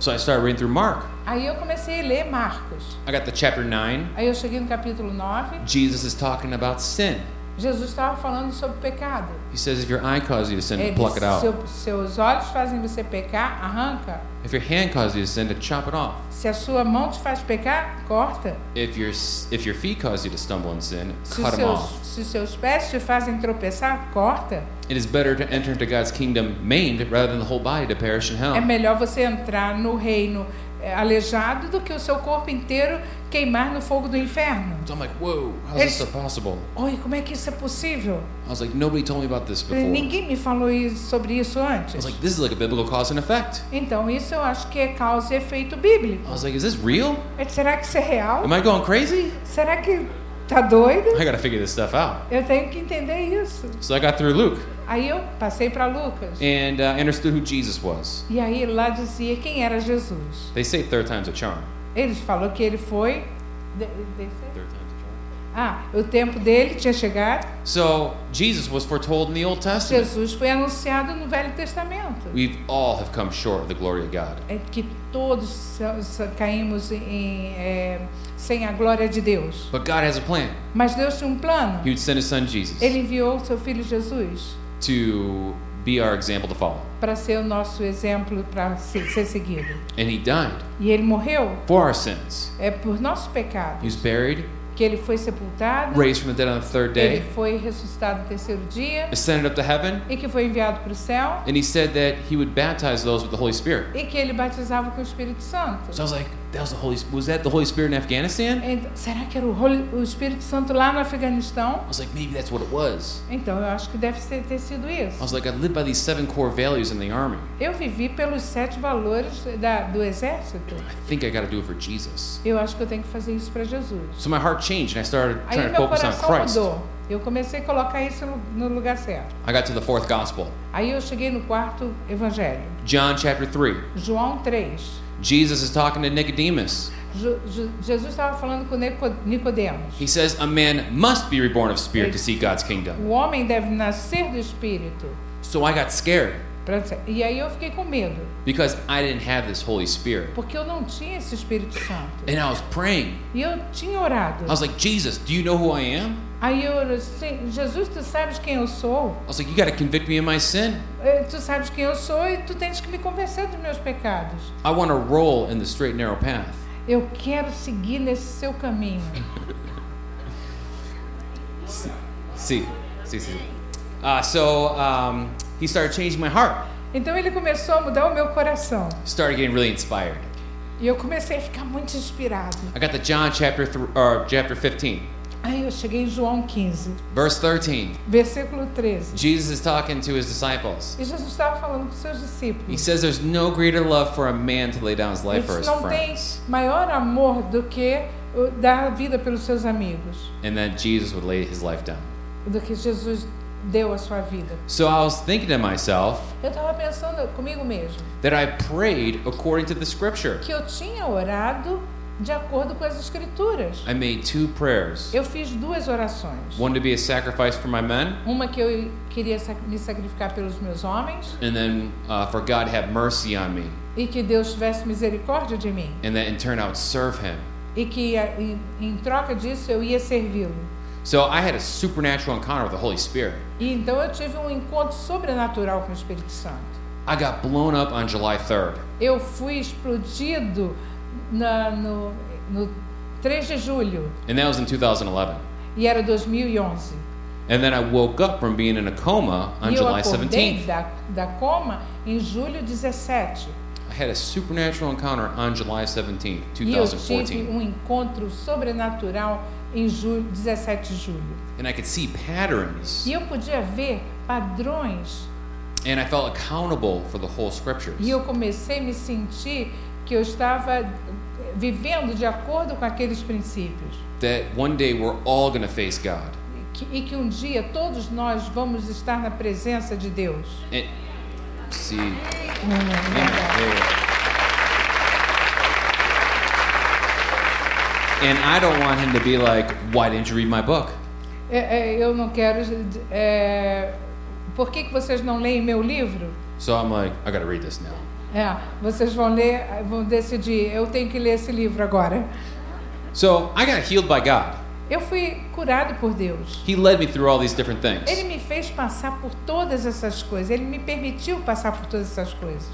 So I started reading through Mark.
Aí eu comecei a ler Marcos.
I got to chapter 9.
Aí eu cheguei no capítulo 9.
Jesus is talking about sin.
Jesus estava falando sobre pecado.
He says, if your eye causes you to sin,
Ele
to pluck it
disse,
out.
"Seu- seus olhos fazem você pecar, arranca.
If your hand causes you to sin, to chop it off.
Se a sua mão te faz pecar, corta.
If your s- if your feet cause you to stumble in sin,
Se os
cut them
seus,
off.
se os seus pés te fazem tropeçar, corta.
It is better to enter into God's kingdom maimed rather than the whole body to perish in hell.
É melhor você entrar no reino eh, aleijado do que o seu corpo inteiro queimar no fogo do inferno.
So I'm like, whoa, how's
It's-
this so possible?
Oi, como é que isso é possível?
I was like, nobody told me about this before. I
Ninguém me falou isso- sobre isso antes.
was like, this is like a biblical cause and effect.
Então, isso eu acho que é causa e efeito bíblico.
I was like, is this real?
É, Será que isso é real?
Am I going crazy?
Será que tá doido?
I gotta figure this stuff out.
Eu tenho que entender isso.
So I got through Luke
Aí eu passei para Lucas.
and uh, understood who Jesus was.
E aí lá dizia quem era Jesus.
They say third time's a charm.
Eles falou que ele foi. de- de-
Third time's a charm.
Ah, o tempo dele tinha chegado.
So Jesus was foretold in the Old Testament.
Jesus foi anunciado no Velho Testamento.
We've all have come short of the glory of God.
É que todos sa- sa- caímos em, é, sem a glória de Deus.
But God has a plan.
Mas Deus tinha um plano.
He would send his son Jesus
Ele enviou o seu filho Jesus
to be our example to follow.
para ser o nosso exemplo para se- ser seguido.
And he died
E ele morreu
for our sins.
é por nosso pecado.
He was buried,
Que ele foi sepultado,
raised from the dead on the third
ele
day,
foi ressuscitado no terceiro dia
ascended up to heaven,
e que foi enviado para o céu
and he said that he would baptize those with the Holy Spirit.
e que ele batizava com o Espírito Santo.
So I was like, that was the Holy was that the Holy Spirit in Afghanistan?
Então, será que era o, Holy- o Espírito Santo lá no Afeganistão?
I was like, maybe that's what it was.
Então, eu acho que deve ser- ter sido
I
isso.
was like, I lived by these seven core values in the army.
Eu vivi pelos sete valores da- do exército.
I think I got to do it for Jesus.
Eu acho que eu tenho que fazer isso para Jesus.
So my heart changed and I started
Aí
trying to
meu
focus on
coração
Christ.
mudou. Eu comecei a colocar isso no, no lugar certo.
I got to the fourth gospel,
Aí eu cheguei no quarto evangelho,
John chapter 3.
João 3.
Jesus is talking to Nicodemus.
Ju- Ju- Jesus estava falando com Nico- Nicodemos.
He says a man must be reborn of spirit to see God's kingdom.
O homem deve nascer do espírito.
So I got scared
Pra- E aí eu fiquei com medo,
because I didn't have this Holy Spirit.
porque eu não tinha esse Espírito Santo.
And I was praying.
E eu tinha orado.
I was like, Jesus, do you know who I am?
Aí eu orei assim, Jesus, tu sabes quem eu sou?
I was like, you got to convict me of my sin.
Eh, Tu sabes quem eu sou e tu tens que me convencer dos meus pecados.
I want to roll in the straight and narrow path.
Eu quero seguir nesse seu caminho.
See, see, see. Uh, so um, he started changing my heart.
Então ele começou a mudar o meu coração.
Started getting really inspired.
E eu comecei a ficar muito inspirado.
I got to John chapter th- or chapter 15,
Aí eu cheguei em João 15,
verse 13.
versículo 13.
Jesus is talking to his disciples.
E Jesus estava falando com seus
He
discíplos.
says there's no greater love for a man to lay down his life for
Eles
his
não têm
friends.
maior amor do que o- dar a vida pelos seus amigos,
And that Jesus would lay his life down.
do que Jesus deu a sua vida.
So I was thinking to myself
Eu estava pensando comigo mesmo
that I prayed according to the scripture.
que eu tinha orado de acordo com as escrituras.
I made two prayers.
Eu fiz duas orações.
One to be a sacrifice for my men,
Uma que eu queria sac- me sacrificar pelos meus homens
and then uh, for God to have mercy on me,
e que Deus tivesse misericórdia de mim
and that in turn I would serve Him.
e que a- em, em troca disso eu ia servi-lo.
So I had a supernatural encounter with the Holy Spirit.
E então eu tive um encontro sobrenatural com o Espírito Santo.
I got blown up on July 3rd.
Eu fui explodido na- no, no 3 de julho
And that was in 2011.
e era 2011.
And then I woke up from being in a coma on
e eu
Ah, July
acordei
17th.
da, da coma em julho 17.
I had a supernatural encounter on July 17th,
E eu tive
2014.
um encontro sobrenatural em julho, 17 de julho.
And I could see patterns.
E eu podia ver padrões
And I felt accountable for the whole scriptures.
e eu comecei a me sentir que eu estava vivendo de acordo com aqueles princípios.
That one day we're all going to face God.
E que- E que um dia todos nós vamos estar na presença de Deus.
And See.
Amém.
And I don't want him to be like, why didn't you read my book?
É, é, eu não quero. é, por que, que vocês não leem meu livro?
So I'm like, I gotta read this now.
É, vocês vão ler, vão decidir. Eu tenho que ler esse livro agora.
So I got healed by God.
Eu fui curado por Deus.
He led me through all these different
Ele
things.
me fez passar por todas essas coisas. Ele me permitiu passar por todas essas coisas.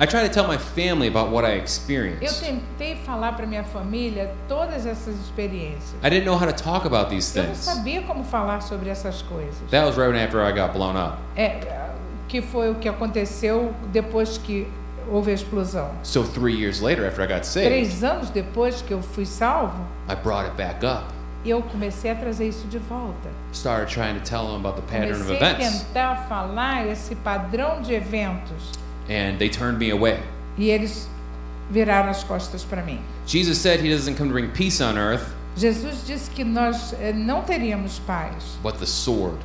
I try to tell my family about what I
Eu
experienced.
tentei falar para minha família todas essas experiências.
I didn't know how to talk about these
Eu não
things.
sabia como falar sobre essas coisas.
That was right after I got blown up.
É, que foi o que aconteceu depois que houve a explosão.
So three years later, after I got saved,
Três anos depois que eu fui salvo,
I brought it back up.
eu comecei a trazer isso de volta.
Started trying to tell them about the pattern of
Comecei a
events,
tentar falar esse padrão de eventos
and they turned me away.
e eles viraram as costas para mim.
Jesus said he doesn't come to bring peace on earth,
Jesus disse que nós eh, não teríamos paz,
but the sword.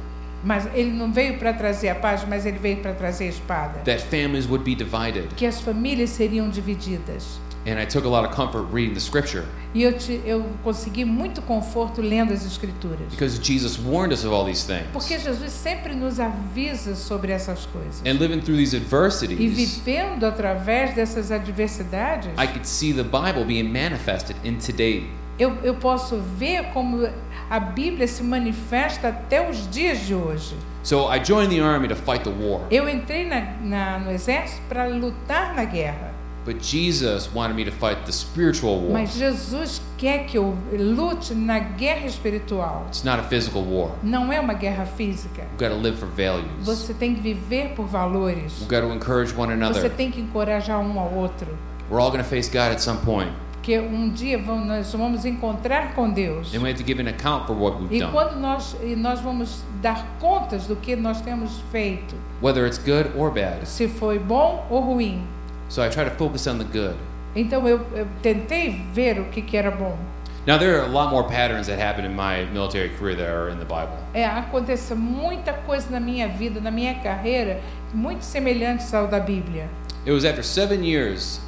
mas ele não veio para trazer a paz, mas ele veio para trazer a espada.
That families would be divided.
Que as famílias seriam divididas.
And I took a lot of comfort reading the scripture
E eu, te, eu consegui muito conforto lendo as escrituras.
because Jesus warned us of all these
Porque
things.
Jesus sempre nos avisa sobre essas coisas.
And living through these
E
adversities,
vivendo através dessas adversidades,
I could see the Bible being manifested in today.
eu, eu posso ver como a Bíblia se manifesta até os dias de hoje.
So I joined the army to fight the war,
Eu entrei na, na, no exército para lutar na guerra,
but Jesus wanted me to fight the spiritual war.
mas Jesus quer que eu lute na guerra espiritual.
It's not a physical war.
Não é uma guerra física.
We've got to live for values.
Você tem que viver por valores.
We've got to encourage one
Você
another.
tem que encorajar um ao outro.
We're all going to face God at some point,
Porque um dia vão, nós vamos encontrar com Deus.
and we have to give an account for what we've
E
done,
quando nós, e nós vamos dar contas do que nós temos feito,
whether it's good or bad.
se foi bom ou ruim.
So I try to focus on the good.
Então eu, eu tentei ver o que, que era bom.
Now, there are a lot more patterns that happen in my military career that are in the Bible.
É, aconteceu muita coisa na minha vida, na minha carreira, muito semelhantes ao da Bíblia.
It was after seven years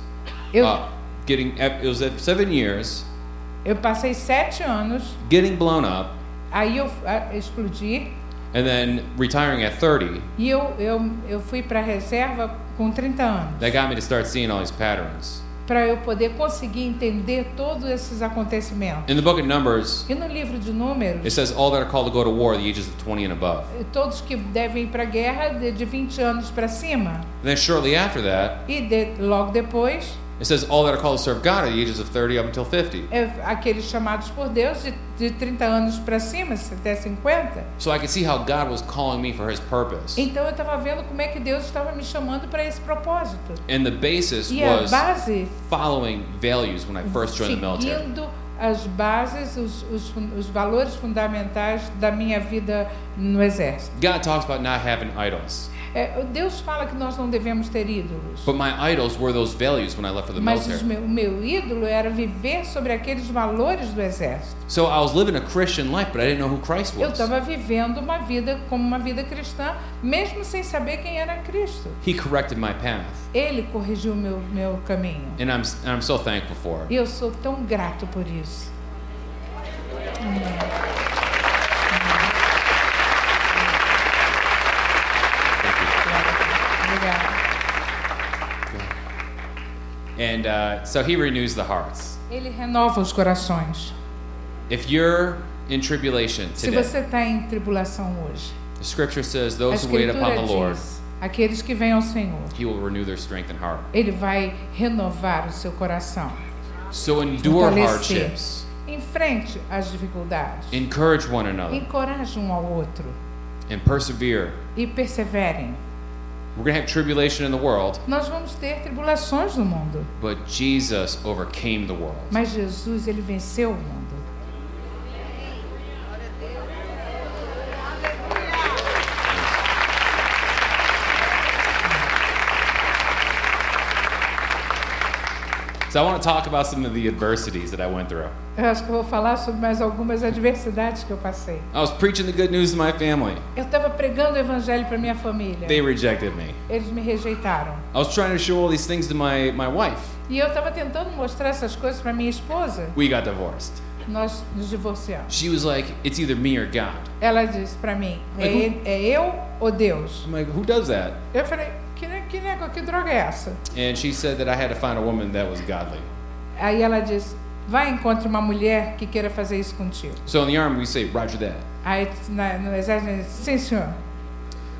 Eu,
uh, getting. It was after seven years
eu passei sete anos,
getting blown up,
aí eu ah, explodi
and then retiring at 30.
e eu, eu, eu fui para a reserva com 30 anos,
That got me to start seeing all these patterns.
para eu poder conseguir entender todos esses acontecimentos.
In the book of Numbers,
E no livro de
it
Números,
says all that are called to go to war, the ages of 20 and above.
todos que devem ir para a guerra de, de 20 anos para cima.
And then shortly after that,
E de- logo depois,
it says all that are called to serve God are the ages of 30 up until 50.
é, aqueles chamados por Deus de, de 30 anos para cima, até 50.
So I could see how God was calling me for his purpose.
Então eu estava vendo como é que Deus estava me chamando para esse propósito.
And the basis
E a
was
base,
following values when I first joined the military.
seguindo as bases, os, os, fun- os valores fundamentais da minha vida no exército.
God talks about not having idols,
É, Deus fala que nós não devemos ter ídolos.
but my idols were those values when I left for the
Mas os
military.
meu, o meu ídolo era viver sobre aqueles valores do exército.
So I was living a Christian life, but I didn't know who Christ
Eu
was.
estava vivendo uma vida como uma vida cristã, mesmo sem saber quem era Cristo.
He corrected my path,
Ele corrigiu meu meu caminho.
and I'm and I'm so thankful for
E
it.
eu sou tão grato por isso. Obrigada.
And uh, so He renews the hearts.
Ele renova os corações.
If you're in tribulation
Se
today,
você está em tribulação hoje,
the Scripture says
a
those who wait upon
Escritura
the Lord,
diz: aqueles que vêm ao Senhor,
He will renew their strength and heart.
Ele vai renovar o seu coração.
So endure
Fortalecer.
hardships.
Enfrente as dificuldades.
Encourage one another
Encoraje um ao outro
and persevere.
e perseverem.
We're going to have tribulation in the world,
Nós vamos ter tribulações no mundo,
but Jesus overcame the world.
mas Jesus ele venceu o mundo.
So So I want to talk about some of the adversities that I went through.
Eu acho que eu vou falar sobre mais algumas adversidades que eu passei.
I was preaching the good news to my family.
Eu estava pregando o evangelho para minha família.
They rejected me.
Eles me rejeitaram.
I was trying to show all these things to my, my wife.
E eu estava tentando mostrar essas coisas para minha esposa.
We got divorced.
Nós nos divorciamos.
She was like, It's either me or God.
Ela disse para mim: é, ele- é eu ou Deus?
I'm like, Who does that?
Eu falei: que, ne- que, nego- que droga é essa?
And she said that I had to find a woman that was godly.
Aí ela disse: vai encontre uma mulher que queira fazer isso contigo.
So in the army, we say, Roger that.
Aí na, no exército, eu disse, sim senhor.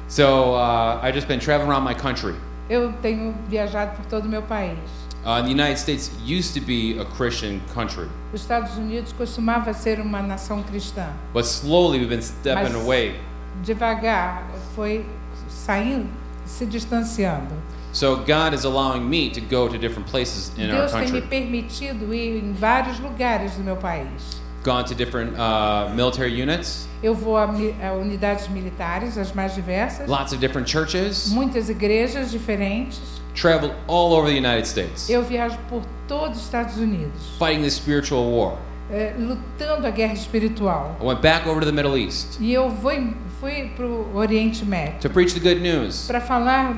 So uh, I've just been traveling around my country.
Eu tenho viajado por todo o meu país.
Uh, the United States used to be a Christian country,
Os Estados Unidos costumava ser uma nação cristã.
but slowly we've been stepping
Mas-
away.
Devagar foi saindo, se distanciando.
So God is allowing me to go to different places in our
Deus tem me
country,
permitido ir em vários lugares do meu país.
gone to different uh, military units,
Eu vou a, mi- a unidades militares, as mais diversas,
lots of different churches,
muitas igrejas diferentes.
traveled all over the United States,
Eu viajo por todos os Estados Unidos,
fighting this spiritual war.
eh, lutando a guerra espiritual.
I went back over to the Middle East
E eu vou em- fui para o Oriente Médio
to preach the good news,
para falar,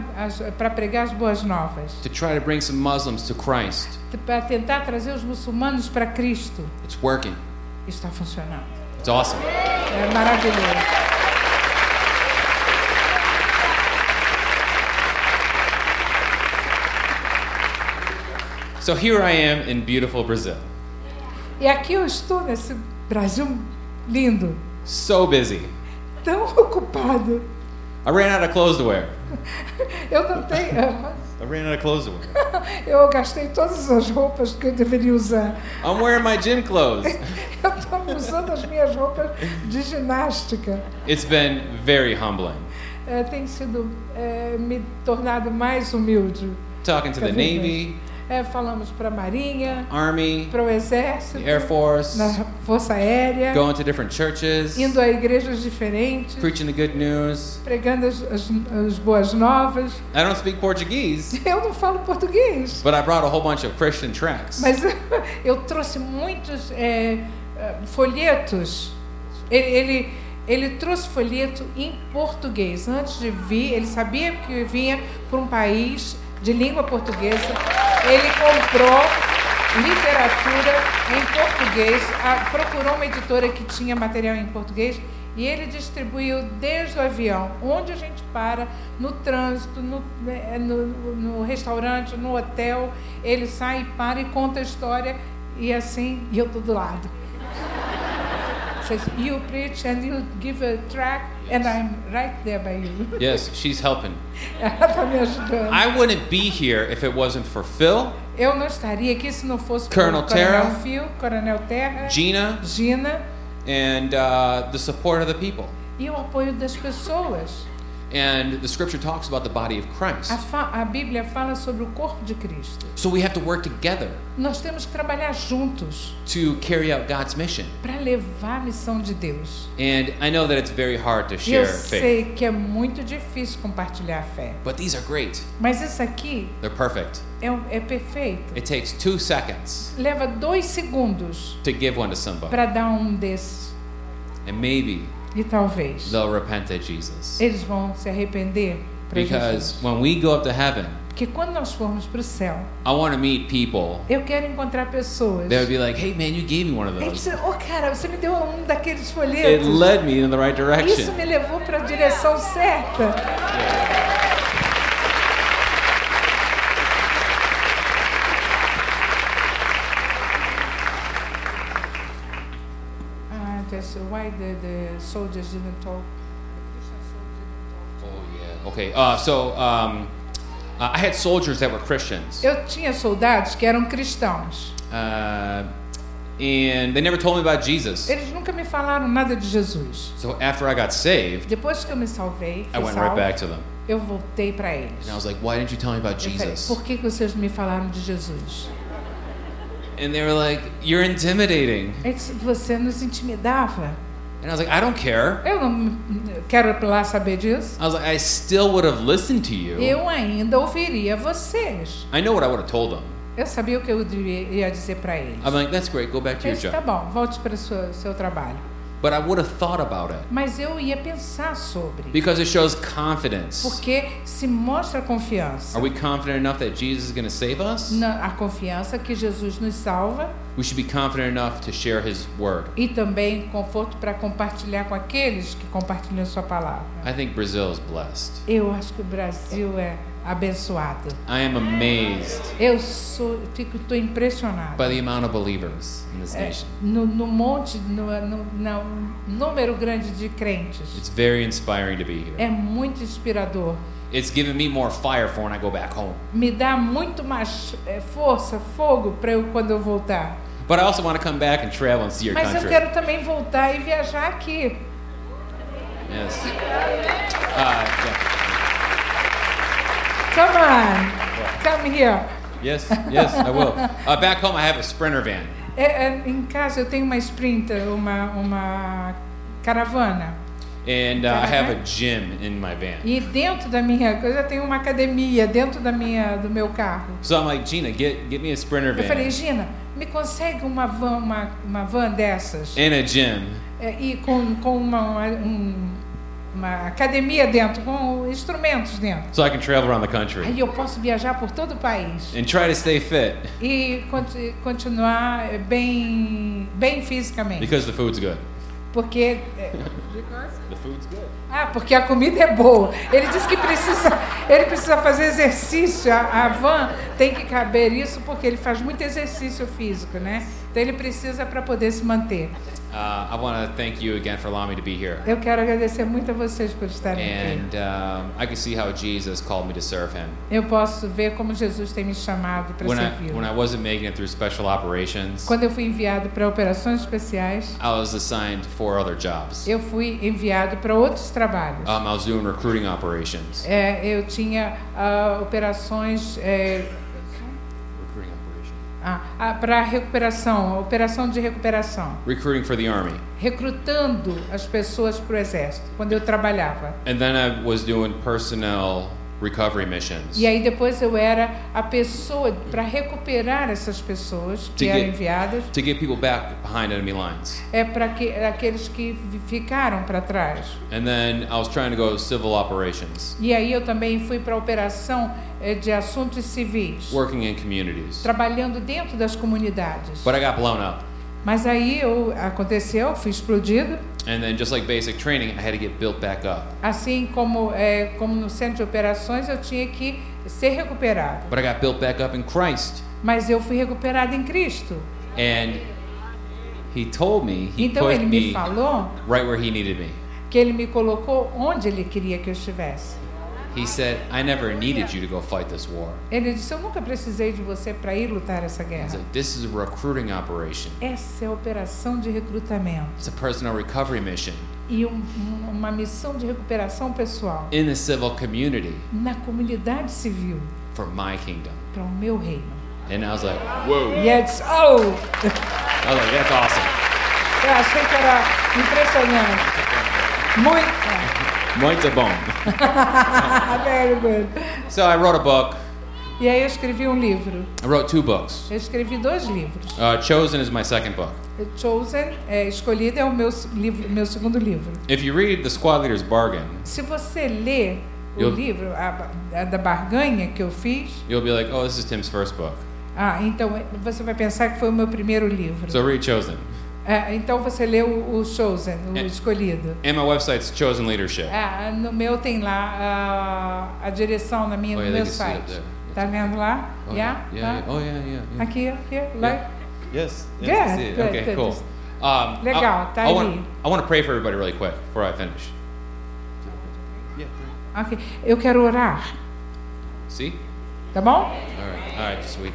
para pregar as boas novas,
to try to bring some Muslims to Christ.
para tentar trazer os muçulmanos para Cristo.
It's working.
Está funcionando.
It's awesome.
É maravilhoso.
So here I am in beautiful Brazil.
E aqui eu estou nesse Brasil lindo,
So busy.
tão (laughs) ocupado.
I ran out of clothes to wear.
Eu não tenho.
I ran out of clothes to wear.
Eu gastei todas as roupas que eu deveria usar. (laughs)
I'm wearing my gym clothes.
Eu estou usando as minhas roupas de ginástica.
It's been very humbling.
É, tem sido é, me tornado mais humilde.
Talking to the Navy,
É, falamos para a Marinha,
Army,
para o Exército,
the Air Force,
na Força Aérea,
going to different churches,
indo a igrejas diferentes,
preaching the good news.
pregando as, as, as boas novas. (laughs)
I don't speak Portuguese,
Eu não falo português,
but I brought a whole bunch of Christian tracts.
mas (laughs) eu trouxe muitos é, é, folhetos. Ele, ele, ele trouxe folheto em português. Antes de vir, ele sabia que vinha para um país de língua portuguesa. Ele comprou literatura em português, a- procurou uma editora que tinha material em português e ele distribuiu desde o avião, onde a gente para, no trânsito, no, né, no, no restaurante, no hotel. Ele sai e para e conta a história e assim, e eu estou do lado. Says, you preach and you give a track and I'm right there by you. (laughs)
Yes, she's helping.
Ela está me ajudando.
I wouldn't be here if it wasn't for Phil,
Eu não estaria aqui se não fosse por
Colonel Terra.
Coronel Phil, Coronel Terra,
Gina,
Gina
and uh, the support of the people.
e o apoio das pessoas.
And the scripture talks about the body of
A,
Christ.
fa- a Bíblia fala sobre o corpo de Cristo.
So we have to work together
Nós temos que trabalhar juntos
to carry out God's mission.
para levar a missão de Deus.
And I know that it's very hard to
E eu
share faith,
sei que é muito difícil compartilhar a fé,
but these are great.
mas isso aqui
They're perfect.
é, um- é perfeito.
It takes two seconds
Leva dois segundos
to give one to somebody,
para dar um desses
and maybe
e talvez
they'll repent at Jesus.
eles vão se arrepender. pra Jesus.
Because when we go up to heaven,
Porque quando nós formos para o céu,
I want to meet people
eu quero encontrar pessoas.
that would be like, "Hey, man, you gave me one of
Eles
those.
dizem, oh cara, você me deu um daqueles
It
folhetos.
led me in the right
Isso
direction."
me levou para a direção certa. Ah, that's why the, the soldiers didn't talk.
Oh yeah. Okay. Uh, so um, uh, I had soldiers that were Christians,
Eu tinha soldados que eram cristãos.
uh, and they never told me about Jesus.
Eles nunca me falaram nada de Jesus.
So after I got saved,
Depois que eu me salvei,
I
fui
went right
salvo,
back to them,
eu voltei para eles.
and I was like, "Why didn't you tell me about
Eu falei,
Jesus?"
por que que vocês não me falaram de Jesus?
And they were like, "You're intimidating."
É que Você nos intimidava.
And I was like, "I don't care."
Eu não quero lá saber disso.
I was like, "I still would have listened to you.
Eu ainda ouviria vocês.
I know what I would have told them."
Eu sabia o que eu devia- ia dizer para eles.
I'm like, that's great, go back to
Eu
your
disse, tá
job.
bom, volte para o seu, seu trabalho.
But I would have thought about it
Mas eu ia pensar sobre,
because it shows confidence.
porque se mostra confiança.
Are we confident enough that Jesus is going to save us?
Na- a confiança que Jesus nos salva
We should be confident enough to share his word.
e também conforto para compartilhar com aqueles que compartilham sua palavra.
I think Brazil is blessed.
Eu acho que o Brasil é abençoado.
I am amazed
Eu sou, fico, estou impressionado.
by the amount of believers in
Eh.
this nation.
É, No, no monte, no, no, no número grande de crentes.
It's very inspiring to be here.
É muito inspirador.
It's given me more fire for when I go back home.
Me dá muito mais eh, força, fogo para eu quando eu voltar.
But I also want to come back and travel and see your
Mas eu
country.
quero também voltar e viajar aqui.
Yes. Uh, yeah.
Come on, come here.
Yes, yes, I will. Uh, back home, I have a Sprinter van.
É, é, em casa eu tenho uma Sprinter, uma, uma caravana.
And uh, I have a gym in my van.
E dentro da minha, eu já tenho uma academia dentro da minha, do meu carro.
So I'm like, Gina, get, get me a Sprinter
Eu falei,
van
Gina, me consegue uma van, uma, uma van dessas?
and a gym.
É, e com, com uma, uma, um- uma academia dentro, com instrumentos dentro.
so I can travel around the country
Aí eu posso viajar por todo o país
and try to stay fit
e conti- continuar é, bem, been fisicamente.
because the food's good.
Porque é,
The food's good.
Ah, porque a comida é boa. Ele disse que precisa, ele precisa fazer exercício. A, a van tem que caber isso porque ele faz muito exercício físico, né? Então ele precisa para poder se manter.
Uh, I want to thank you again for allowing me to be here.
Eu quero agradecer muito a vocês por estarem aqui.
And um, I can see how Jesus called me to serve Him.
Eu posso ver como Jesus tem me chamado para
When I, when I
servi-lo.
wasn't making it through special operations,
Quando eu fui enviado para operações especiais,
I was assigned four other jobs.
eu fui enviado para outros trabalhos.
Um, I was doing recruiting operations.
É, eu tinha ah, operações é,
Recruiting operation.
para recuperação, operação de recuperação.
Recruiting for the army.
recrutando as pessoas para o exército, quando eu trabalhava.
And then I was doing personnel recovery missions
E aí depois eu era a pessoa para recuperar essas pessoas que
Sim,
eram
que-
enviadas,
to get people back behind enemy lines.
é para que, aqueles que vi- ficaram para trás.
And then I was trying to go civil operations,
E aí eu também fui para a operação eh, de assuntos civis,
working in communities.
trabalhando dentro das comunidades.
But I got blown up.
Mas aí eu aconteceu, fui explodido,
And then just like basic training, I had to get built back up.
assim como eh, como no centro de operações eu tinha que ser recuperado.
But I got built back up in Christ.
Mas eu fui recuperado em Cristo.
And he told me he
Então
put
ele me
me
falou
right where he needed me.
que ele me colocou onde ele queria que eu estivesse.
He said, I never needed you to go fight this war.
Ele disse: Eu nunca precisei de você para ir lutar essa
He's
guerra.
like, this is a recruiting operation.
Essa é a operação de recrutamento
It's a personal recovery mission
e um- um- uma missão de recuperação pessoal
in the civil community
na comunidade civil
for my kingdom.
para o meu reino.
And I was like, whoa.
E eu disse: Oh,
I was like, that's awesome.
eu achei que era impressionante. Muito.
Muito bom.
Very good.
So I wrote a book.
E aí eu escrevi um livro.
I wrote two books.
Eu escrevi dois livros.
Uh, Chosen is my second book.
Chosen, é, escolhido, é o meu s- livro, meu segundo livro.
If you read The Squad Leader's Bargain,
Se você lê o
Eu-
livro a, ba- a da barganha que eu fiz,
you'll be like, oh, this is Tim's first book.
ah, então você vai pensar que foi o meu primeiro livro.
So read Chosen.
Ah, então você lê o, o Chosen, o
É.
escolhido.
And my website's Chosen Leadership.
Ah, no meu tem lá ah, a direção na minha,
Oh,
no
yeah,
meu
they can see it
site.
there.
Tá vendo lá?
Oh,
yeah?
yeah, yeah,
Tá?
Oh, yeah, yeah. yeah.
Aqui, aqui, lá.
Yeah. Yes. yes,
Good,
I see it.
good, good.
okay, cool. Um,
Legal,
I,
tá
I, want,
ali.
I want to pray for everybody really quick before I finish.
Ok. Eu quero orar,
See?
tá bom?
All right. All right, sweet.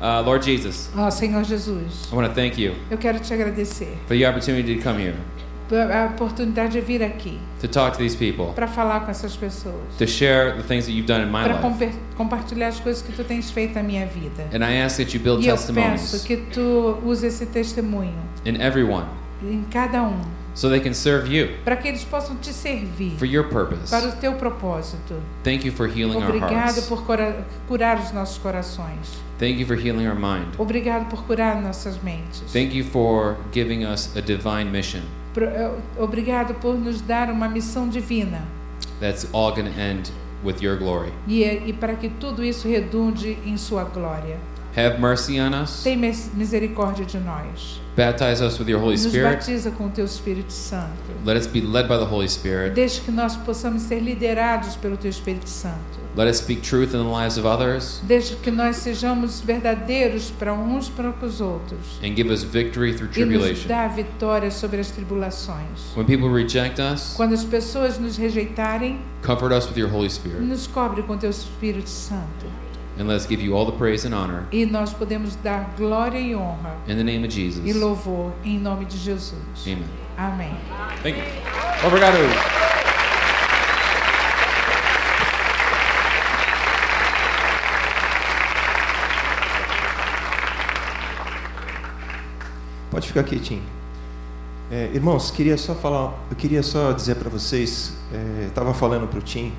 Uh, Lord Jesus,
Ó Senhor Jesus,
I want to thank you
eu quero te agradecer
for the opportunity to come here,
pela oportunidade de vir aqui
to talk to these people,
para falar com essas pessoas.
to share the things that you've done in my
para
life. É
compartilhar as coisas que tu tens feito na minha vida.
And I ask that you build
E eu peço
testimonies
que tu uses esse testemunho
in everyone
em cada um,
so they can serve you
para que eles possam te servir
for your purpose.
para o teu propósito.
Thank you for healing our
Obrigado
hearts.
por cura- curar os nossos corações.
Thank you for healing our mind.
Obrigado por curar nossas mentes.
Thank you for giving us a divine mission
Pro- eh, Obrigado por nos dar uma missão divina
that's all going to end with your glory.
e, eh, e para que tudo isso redunde em Sua glória.
Have mercy on us.
Tem mis- misericórdia de nós.
Baptize us with your Holy
Nos
Spirit.
batiza com o Teu Espírito Santo.
Let us be led by the Holy Spirit.
Deixe que nós possamos ser liderados pelo Teu Espírito Santo.
Let us speak truth in the lives of others
Desde que nós sejamos verdadeiros para uns para com os outros.
and give us victory through
E nos
tribulation.
dá vitória sobre as tribulações.
When people reject us,
Quando as pessoas nos rejeitarem,
comfort us with your Holy Spirit
nos cobre com Teu Espírito Santo.
and let us give you all the praise and honor
E nós podemos dar glória e honra
in the name of
e
Jesus.
louvor em nome de Jesus.
Amen.
Amém.
Thank you. Obrigado.
Pode ficar quietinho. É, irmãos, queria só falar, eu queria só dizer para vocês, é, estava falando para o Tim,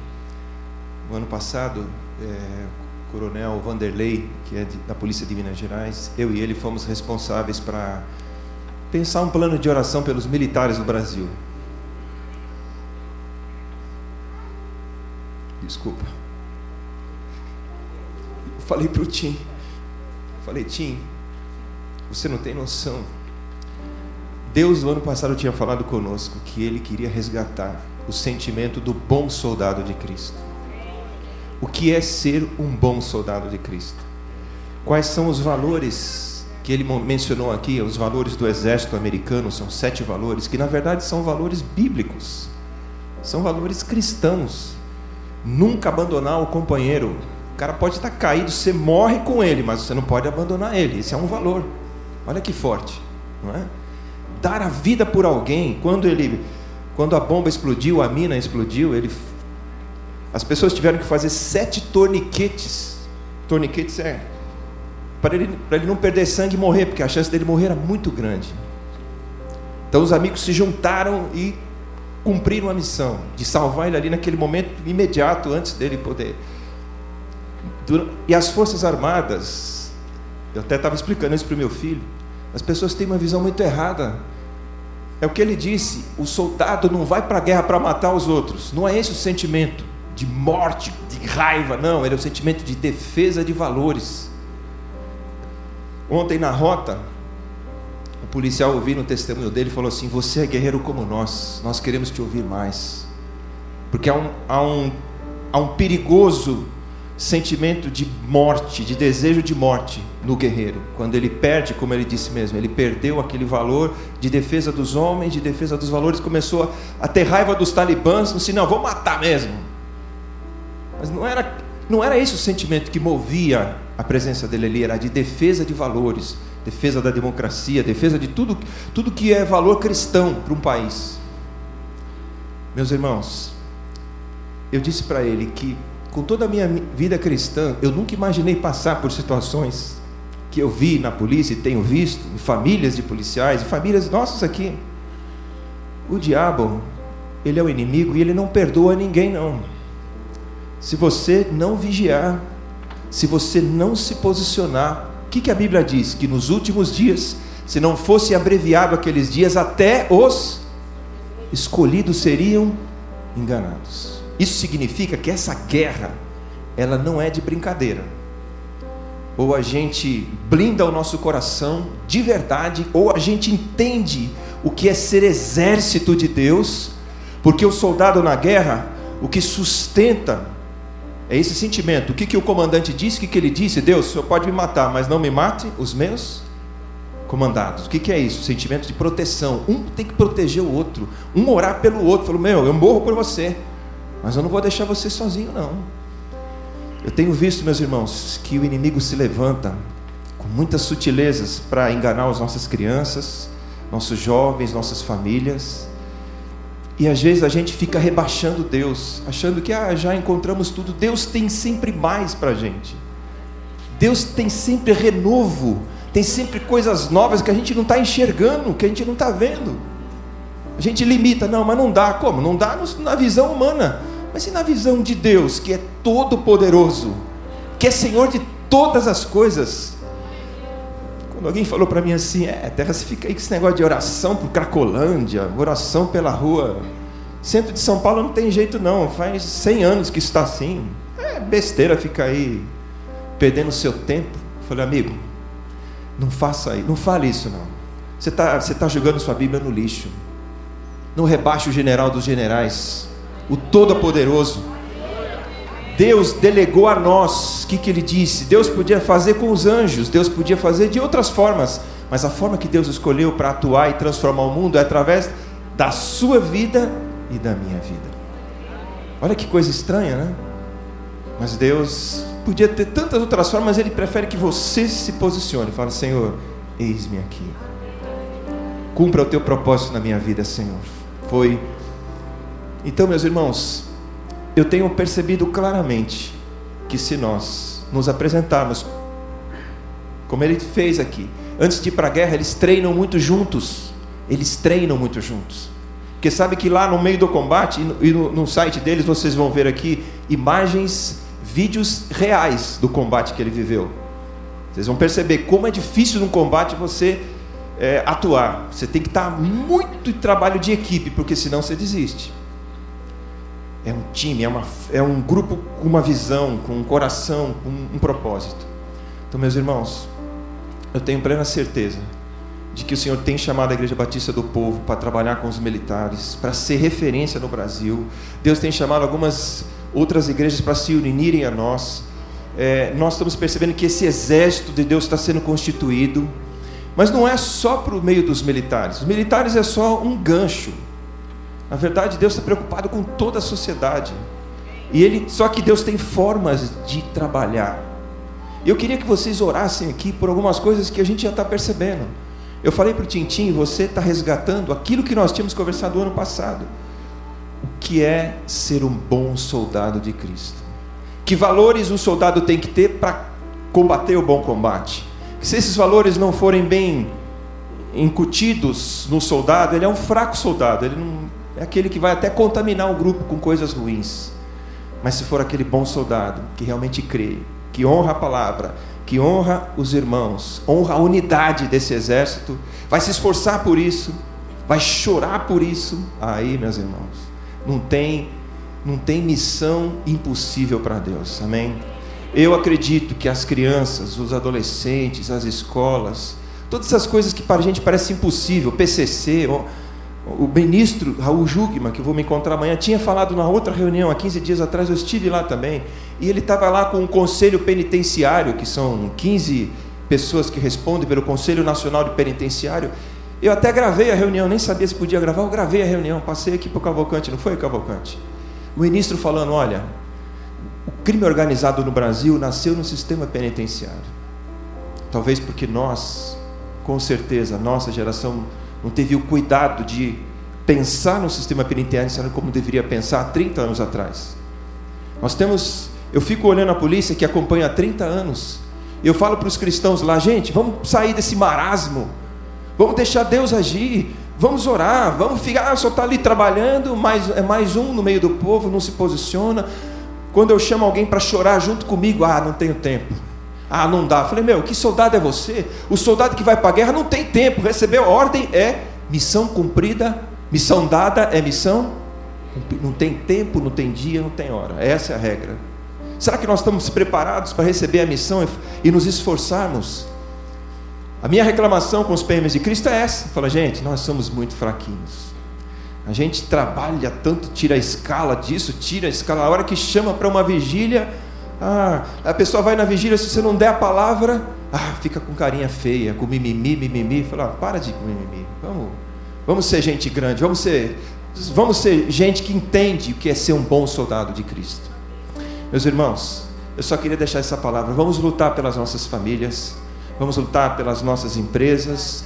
o ano passado, é, o Coronel Vanderlei, que é de- da Polícia de Minas Gerais, eu e ele fomos responsáveis para pensar um plano de oração pelos militares do Brasil. Desculpa. Eu falei para o Tim, falei, Tim, você não tem noção. Deus, no ano passado, tinha falado conosco que ele queria resgatar o sentimento do bom soldado de Cristo. O que é ser um bom soldado de Cristo? Quais são os valores que ele mon- mencionou aqui? Os valores do exército americano são sete valores que, na verdade, são valores bíblicos, são valores cristãos. Nunca abandonar o companheiro. O cara pode estar caído, você morre com ele, mas você não pode abandonar ele. Esse é um valor. Olha que forte, não é? Dar a vida por alguém. Quando ele, quando a bomba explodiu, a mina explodiu, ele, as pessoas tiveram que fazer sete torniquetes. Torniquetes é para ele, para ele não perder sangue e morrer, porque a chance dele morrer era muito grande. Então os amigos se juntaram e cumpriram a missão de salvar ele ali naquele momento imediato antes dele poder. Dura- E as Forças Armadas, eu até estava explicando isso para o meu filho, as pessoas têm uma visão muito errada. É o que ele disse: o soldado não vai para a guerra para matar os outros. Não é esse o sentimento de morte, de raiva, não. Ele é o sentimento de defesa de valores. Ontem na rota, o policial ouvindo o testemunho dele falou assim: Você é guerreiro como nós, nós queremos te ouvir mais. Porque há um, há um, há um perigoso sentimento de morte, de desejo de morte no guerreiro. Quando ele perde, como ele disse mesmo, ele perdeu aquele valor de defesa dos homens, de defesa dos valores, começou a ter raiva dos talibãs, disse: Não, vou matar mesmo. Mas não era, não era esse o sentimento que movia a presença dele ali, era de defesa de valores, defesa da democracia, defesa de tudo, tudo que é valor cristão para um país. Meus irmãos, eu disse para ele que, com toda a minha mi- vida cristã, eu nunca imaginei passar por situações que eu vi na polícia e tenho visto, em famílias de policiais, em famílias nossas aqui. O diabo, ele é o inimigo e ele não perdoa ninguém, não. Se você não vigiar, se você não se posicionar, o que, que a Bíblia diz? Que nos últimos dias, se não fosse abreviado aqueles dias, até os escolhidos seriam enganados. Isso significa que essa guerra, ela não é de brincadeira. Ou a gente blinda o nosso coração de verdade, ou a gente entende o que é ser exército de Deus, porque o soldado na guerra, o que sustenta é esse sentimento. O que, que o comandante disse? O que, que ele disse? Deus, o senhor pode me matar, mas não me mate os meus comandados. O que, que é isso? Sentimento de proteção. Um tem que proteger o outro. Um orar pelo outro. Falou, meu, eu morro por você, mas eu não vou deixar você sozinho, não. Eu tenho visto, meus irmãos, que o inimigo se levanta com muitas sutilezas para enganar as nossas crianças, nossos jovens, nossas famílias. E às vezes a gente fica rebaixando Deus, achando que ah, já encontramos tudo. Deus tem sempre mais para gente. Deus tem sempre tá renovo, tem sempre coisas novas que tá a gente não está enxergando, que a gente não está vendo. A gente limita, não, mas não dá. Como? Não dá no- na visão humana. Mas e na visão de Deus, que é todo-poderoso, que é Senhor de todas as coisas? Quando alguém falou para mim assim, é, terra, você fica aí com esse negócio de oração por Cracolândia, oração pela rua. Centro de São Paulo não tem jeito não, faz 100 anos que isso está assim. É besteira ficar aí perdendo o seu tempo. Eu falei, amigo, não faça isso, não fale isso não. Você está você tá jogando sua Bíblia no lixo. Não rebaixe o general dos generais, o Todo-Poderoso. Deus delegou a nós, o que, que ele disse? Deus podia fazer com os anjos, Deus podia fazer de outras formas, mas a forma que Deus escolheu para atuar e transformar o mundo é através da sua vida e da minha vida. Olha que coisa estranha, né? Mas Deus podia ter tantas outras formas, ele prefere que você se posicione. Fala, Senhor, eis-me aqui. Cumpra o teu propósito na minha vida, Senhor. Foi. Então, meus irmãos, eu tenho percebido claramente que se nós nos apresentarmos, como ele fez aqui, antes de ir para a guerra, eles treinam muito juntos. Eles treinam muito juntos. Porque sabe que lá no meio do combate, e no- e no, no site deles vocês vão ver aqui imagens, vídeos reais do combate que ele viveu. Vocês vão perceber como é difícil num combate você é, atuar. Você tem que estar muito em trabalho de equipe, porque senão você desiste. É um time, é, uma, é um grupo com uma visão, com um coração, com um, propósito. Então, meus irmãos, eu tenho plena certeza de que o Senhor tem chamado a Igreja Batista do Povo para trabalhar com os militares, para ser referência no Brasil. Deus tem chamado algumas outras igrejas para se unirem a nós. É, nós estamos percebendo que esse exército de Deus está sendo constituído, mas não é só para o meio dos militares. Os militares é só um gancho. Na verdade, Deus está preocupado com toda a sociedade. E ele, só que Deus tem formas de trabalhar. Eu queria que vocês orassem aqui por algumas coisas que a gente já está percebendo. Eu falei para o Tintim, você está resgatando aquilo que nós tínhamos conversado ano passado. O que é ser um bom soldado de Cristo? Que valores um soldado tem que ter para combater o bom combate? Que se esses valores não forem bem incutidos no soldado, ele é um fraco soldado, ele não é aquele que vai até contaminar o grupo com coisas ruins. Mas se for aquele bom soldado que realmente crê, que honra a palavra, que honra os irmãos, honra a unidade desse exército, vai se esforçar por isso, vai chorar por isso, aí, meus irmãos, não tem não tem missão impossível para Deus. Amém. Eu acredito que as crianças, os adolescentes, as escolas, todas essas coisas que para a gente parece impossível, PCC, o- o ministro Raul Jugman, que eu vou me encontrar amanhã, tinha falado na outra reunião, há 15 dias atrás, eu estive lá também, e ele estava lá com o Conselho Penitenciário, que são 15 pessoas que respondem pelo Conselho Nacional de Penitenciário. Eu até gravei a reunião, nem sabia se podia gravar, eu gravei a reunião, passei aqui para o Cavalcante, não foi, Cavalcante? O ministro falando, olha, o crime organizado no Brasil nasceu no sistema penitenciário. Talvez porque nós, com certeza, a nossa geração não teve o cuidado de pensar no sistema penitenciário como deveria pensar há 30 anos atrás. Nós temos, eu fico olhando a polícia que acompanha há 30 anos. Eu falo para os cristãos lá, gente, vamos sair desse marasmo. Vamos deixar Deus agir. Vamos orar, vamos ficar, ah, só está ali trabalhando, mas é mais um no meio do povo, não se posiciona. Quando eu chamo alguém para chorar junto comigo, ah, não tenho tempo. Ah, não dá. Falei, meu, que soldado é você? O soldado que vai para a guerra não tem tempo. Recebeu ordem é missão cumprida, missão dada é missão. cumpri- Não tem tempo, não tem dia, não tem hora. Essa é a regra. Será que nós estamos preparados para receber a missão e- e nos esforçarmos? A minha reclamação com os PMs de Cristo é essa. Fala, gente, nós somos muito fraquinhos. A gente trabalha tanto, tira a escala disso, tira a escala. A hora que chama para uma vigília, ah, a pessoa vai na vigília, se você não der a palavra, ah, fica com carinha feia, com mimimi, mimimi. Fala, ah, para de ir com mimimi. Vamos, vamos ser gente grande, vamos ser, vamos ser gente que entende o que é ser um bom soldado de Cristo. Meus irmãos, eu só queria deixar essa palavra. Vamos lutar pelas nossas famílias, vamos lutar pelas nossas empresas,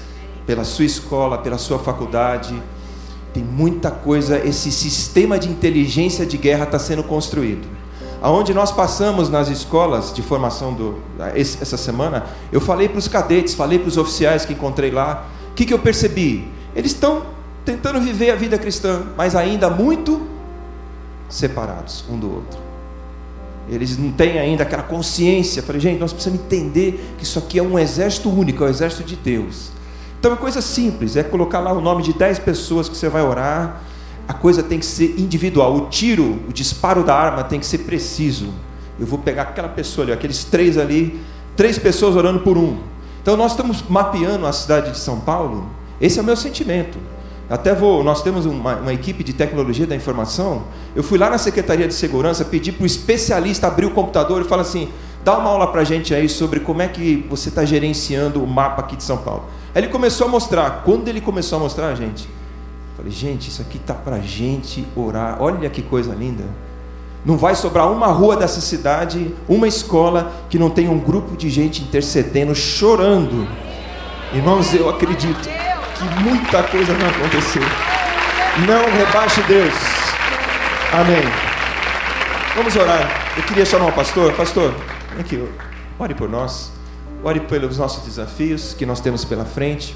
pela sua escola, pela sua faculdade. Tem muita coisa, esse sistema de inteligência de guerra está sendo construído. Aonde nós passamos nas escolas de formação do, a- es- essa semana, eu falei para os cadetes, falei para os oficiais que encontrei lá, o que, que eu percebi? Eles estão tentando viver a vida cristã, mas ainda muito separados um do outro. Eles não têm ainda aquela consciência. Eu falei, gente, nós precisamos entender que isso aqui é um exército único, é o exército de Deus. Então é coisa simples, é colocar lá o nome de 10 pessoas que você vai orar. A coisa tem que ser individual. O tiro, o disparo da arma tem que ser preciso. Eu vou pegar aquela pessoa ali, aqueles três ali, três pessoas orando por um. Então nós estamos mapeando a cidade de São Paulo. Esse é o meu sentimento. Até vou, nós temos uma, uma, equipe de tecnologia da informação. Eu fui lá na Secretaria de Segurança, pedi para o especialista abrir o computador e falar assim: dá uma aula para a gente aí sobre como é que você está gerenciando o mapa aqui de São Paulo. Aí ele começou a mostrar. Quando ele começou a mostrar, gente, falei: gente, isso aqui tá para gente orar. Olha que coisa linda. Não vai sobrar uma rua dessa cidade, uma escola que não tenha um grupo de gente intercedendo, chorando. Irmãos, eu acredito que muita coisa vai acontecer. Não rebaixe Deus. Amém. Vamos orar. Eu queria chamar o pastor. Pastor, vem aqui, ore por nós. Ore pelos nossos desafios que nós temos pela frente.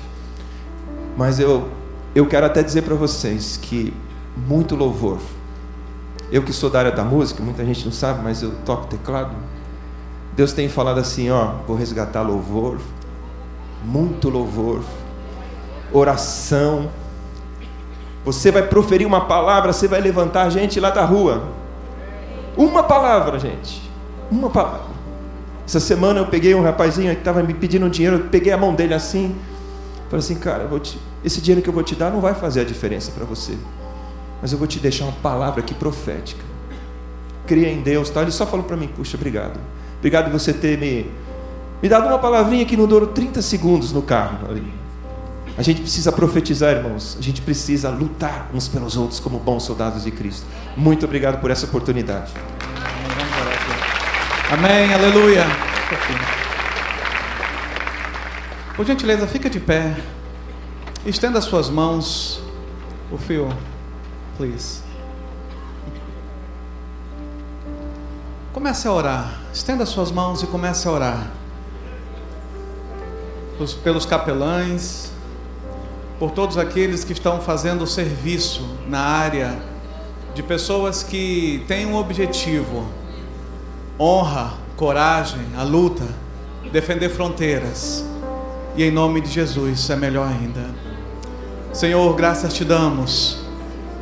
Mas eu, eu quero até dizer para vocês que muito louvor. Eu que sou da área da música, muita gente não sabe, mas eu toco teclado. Deus tem falado assim, ó, vou resgatar louvor, muito louvor, oração. Você vai proferir uma palavra, você vai levantar gente lá da rua. Uma palavra, gente. Uma palavra. Essa semana eu peguei um rapazinho que estava me pedindo dinheiro, eu peguei a mão dele assim. Falei assim, cara, te... esse dinheiro que eu vou te dar não vai fazer a diferença para você. Mas eu vou te deixar uma palavra aqui profética. Cria em Deus, tá? Ele só falou para mim, puxa, obrigado. Obrigado você ter me, me dado uma palavrinha que não durou 30 segundos no carro ali. A gente precisa profetizar, irmãos. A gente precisa lutar uns pelos outros como bons soldados de Cristo. Muito obrigado por essa oportunidade.
Amém, aleluia. Por gentileza, fica de pé. Estenda suas mãos. O fio, please. Comece a orar. Estenda suas mãos e comece a orar. Pelos capelães, por todos aqueles que estão fazendo serviço na área de pessoas que têm um objetivo, honra, coragem, a luta, defender fronteiras. E em nome de Jesus é melhor ainda. Senhor, graças te damos,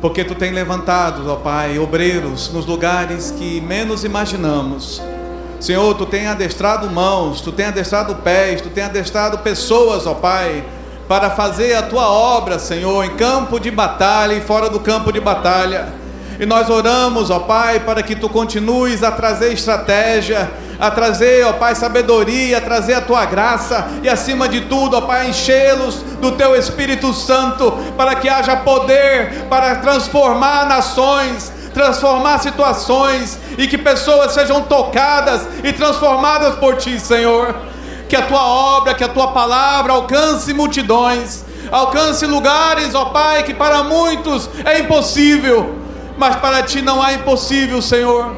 porque tu tem levantado, ó Pai, obreiros nos lugares que menos imaginamos. Senhor, tu tem adestrado mãos, tu tem adestrado pés, tu tem adestrado pessoas, ó Pai, para fazer a tua obra, Senhor, em campo de batalha e fora do campo de batalha. E nós oramos, ó Pai, para que tu continues a trazer estratégia, a trazer, ó Pai, sabedoria, a trazer a tua graça e acima de tudo, ó Pai, enchê-los do teu Espírito Santo, para que haja poder para transformar nações, transformar situações e que pessoas sejam tocadas e transformadas por ti, Senhor que a tua obra, que a tua palavra alcance multidões, alcance lugares, ó Pai, que para muitos é impossível, mas para ti não há impossível, Senhor.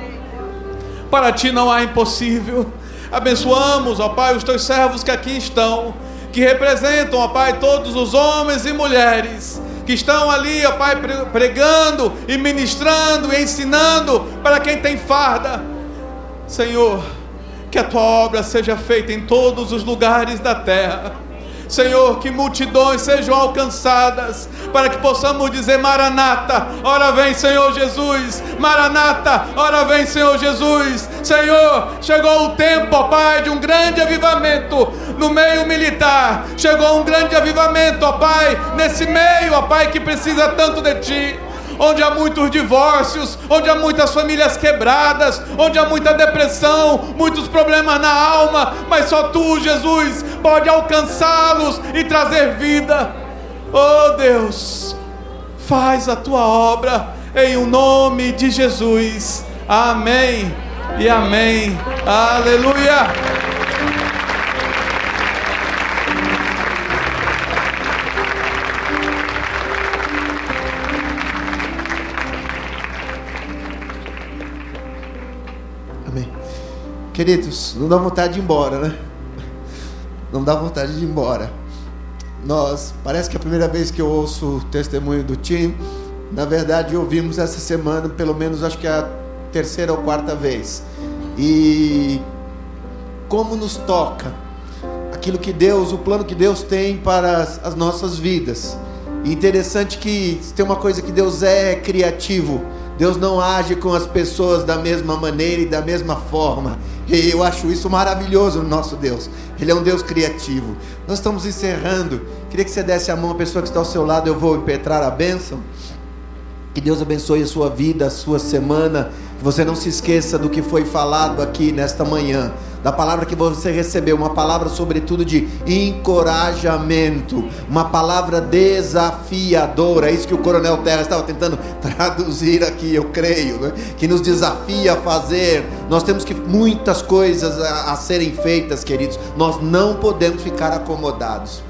Para ti não há impossível. Abençoamos, ó Pai, os teus servos que aqui estão, que representam, ó Pai, todos os homens e mulheres que estão ali, ó Pai, pregando e ministrando e ensinando para quem tem farda. Senhor, que a tua obra seja feita em todos os lugares da terra. Senhor, que multidões sejam alcançadas, para que possamos dizer: Maranata, ora vem, Senhor Jesus, Maranata, ora vem, Senhor Jesus. Senhor, chegou o tempo, ó Pai, de um grande avivamento no meio militar, chegou um grande avivamento, ó Pai, nesse meio, ó Pai, que precisa tanto de Ti onde há muitos divórcios, onde há muitas famílias quebradas, onde há muita depressão, muitos problemas na alma, mas só tu, Jesus, pode alcançá-los e trazer vida. Oh Deus, faz a tua obra em o um nome de Jesus. Amém e amém. Aleluia.
Queridos, não dá vontade de ir embora, né? Não dá vontade de ir embora. nós, parece que é a primeira vez que eu ouço o testemunho do Tim. Na verdade, ouvimos essa semana, pelo menos acho que é a terceira ou quarta vez. E como nos toca aquilo que Deus, o plano que Deus tem para as, as nossas vidas. E interessante que se tem uma coisa que Deus é, é criativo. Deus não age com as pessoas da mesma maneira e da mesma forma. E eu acho isso maravilhoso no nosso Deus. Ele é um Deus criativo. Nós estamos encerrando. Queria que você desse a mão à pessoa que está ao seu lado. Eu vou impetrar a bênção. Que Deus abençoe a sua vida, a sua semana. Que você não se esqueça do que foi falado aqui nesta manhã. Da palavra que você recebeu, uma palavra sobretudo de encorajamento, uma palavra desafiadora, é isso que o Coronel Terra estava tentando (laughs) traduzir aqui, eu creio, né? que nos desafia a fazer. Nós temos que muitas coisas a- a serem feitas, queridos. Nós não podemos ficar acomodados.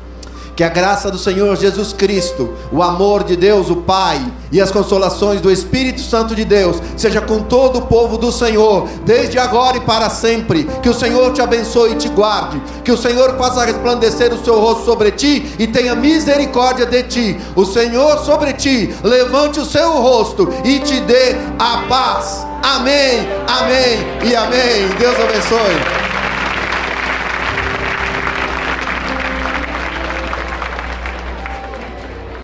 Que a graça do Senhor Jesus Cristo, o amor de Deus, o Pai e as consolações do Espírito Santo de Deus seja com todo o povo do Senhor, desde agora e para sempre. Que o Senhor te abençoe e te guarde. Que o Senhor faça resplandecer o seu rosto sobre ti e tenha misericórdia de ti. O Senhor sobre ti levante o seu rosto e te dê a paz. Amém, amém e amém. Deus abençoe.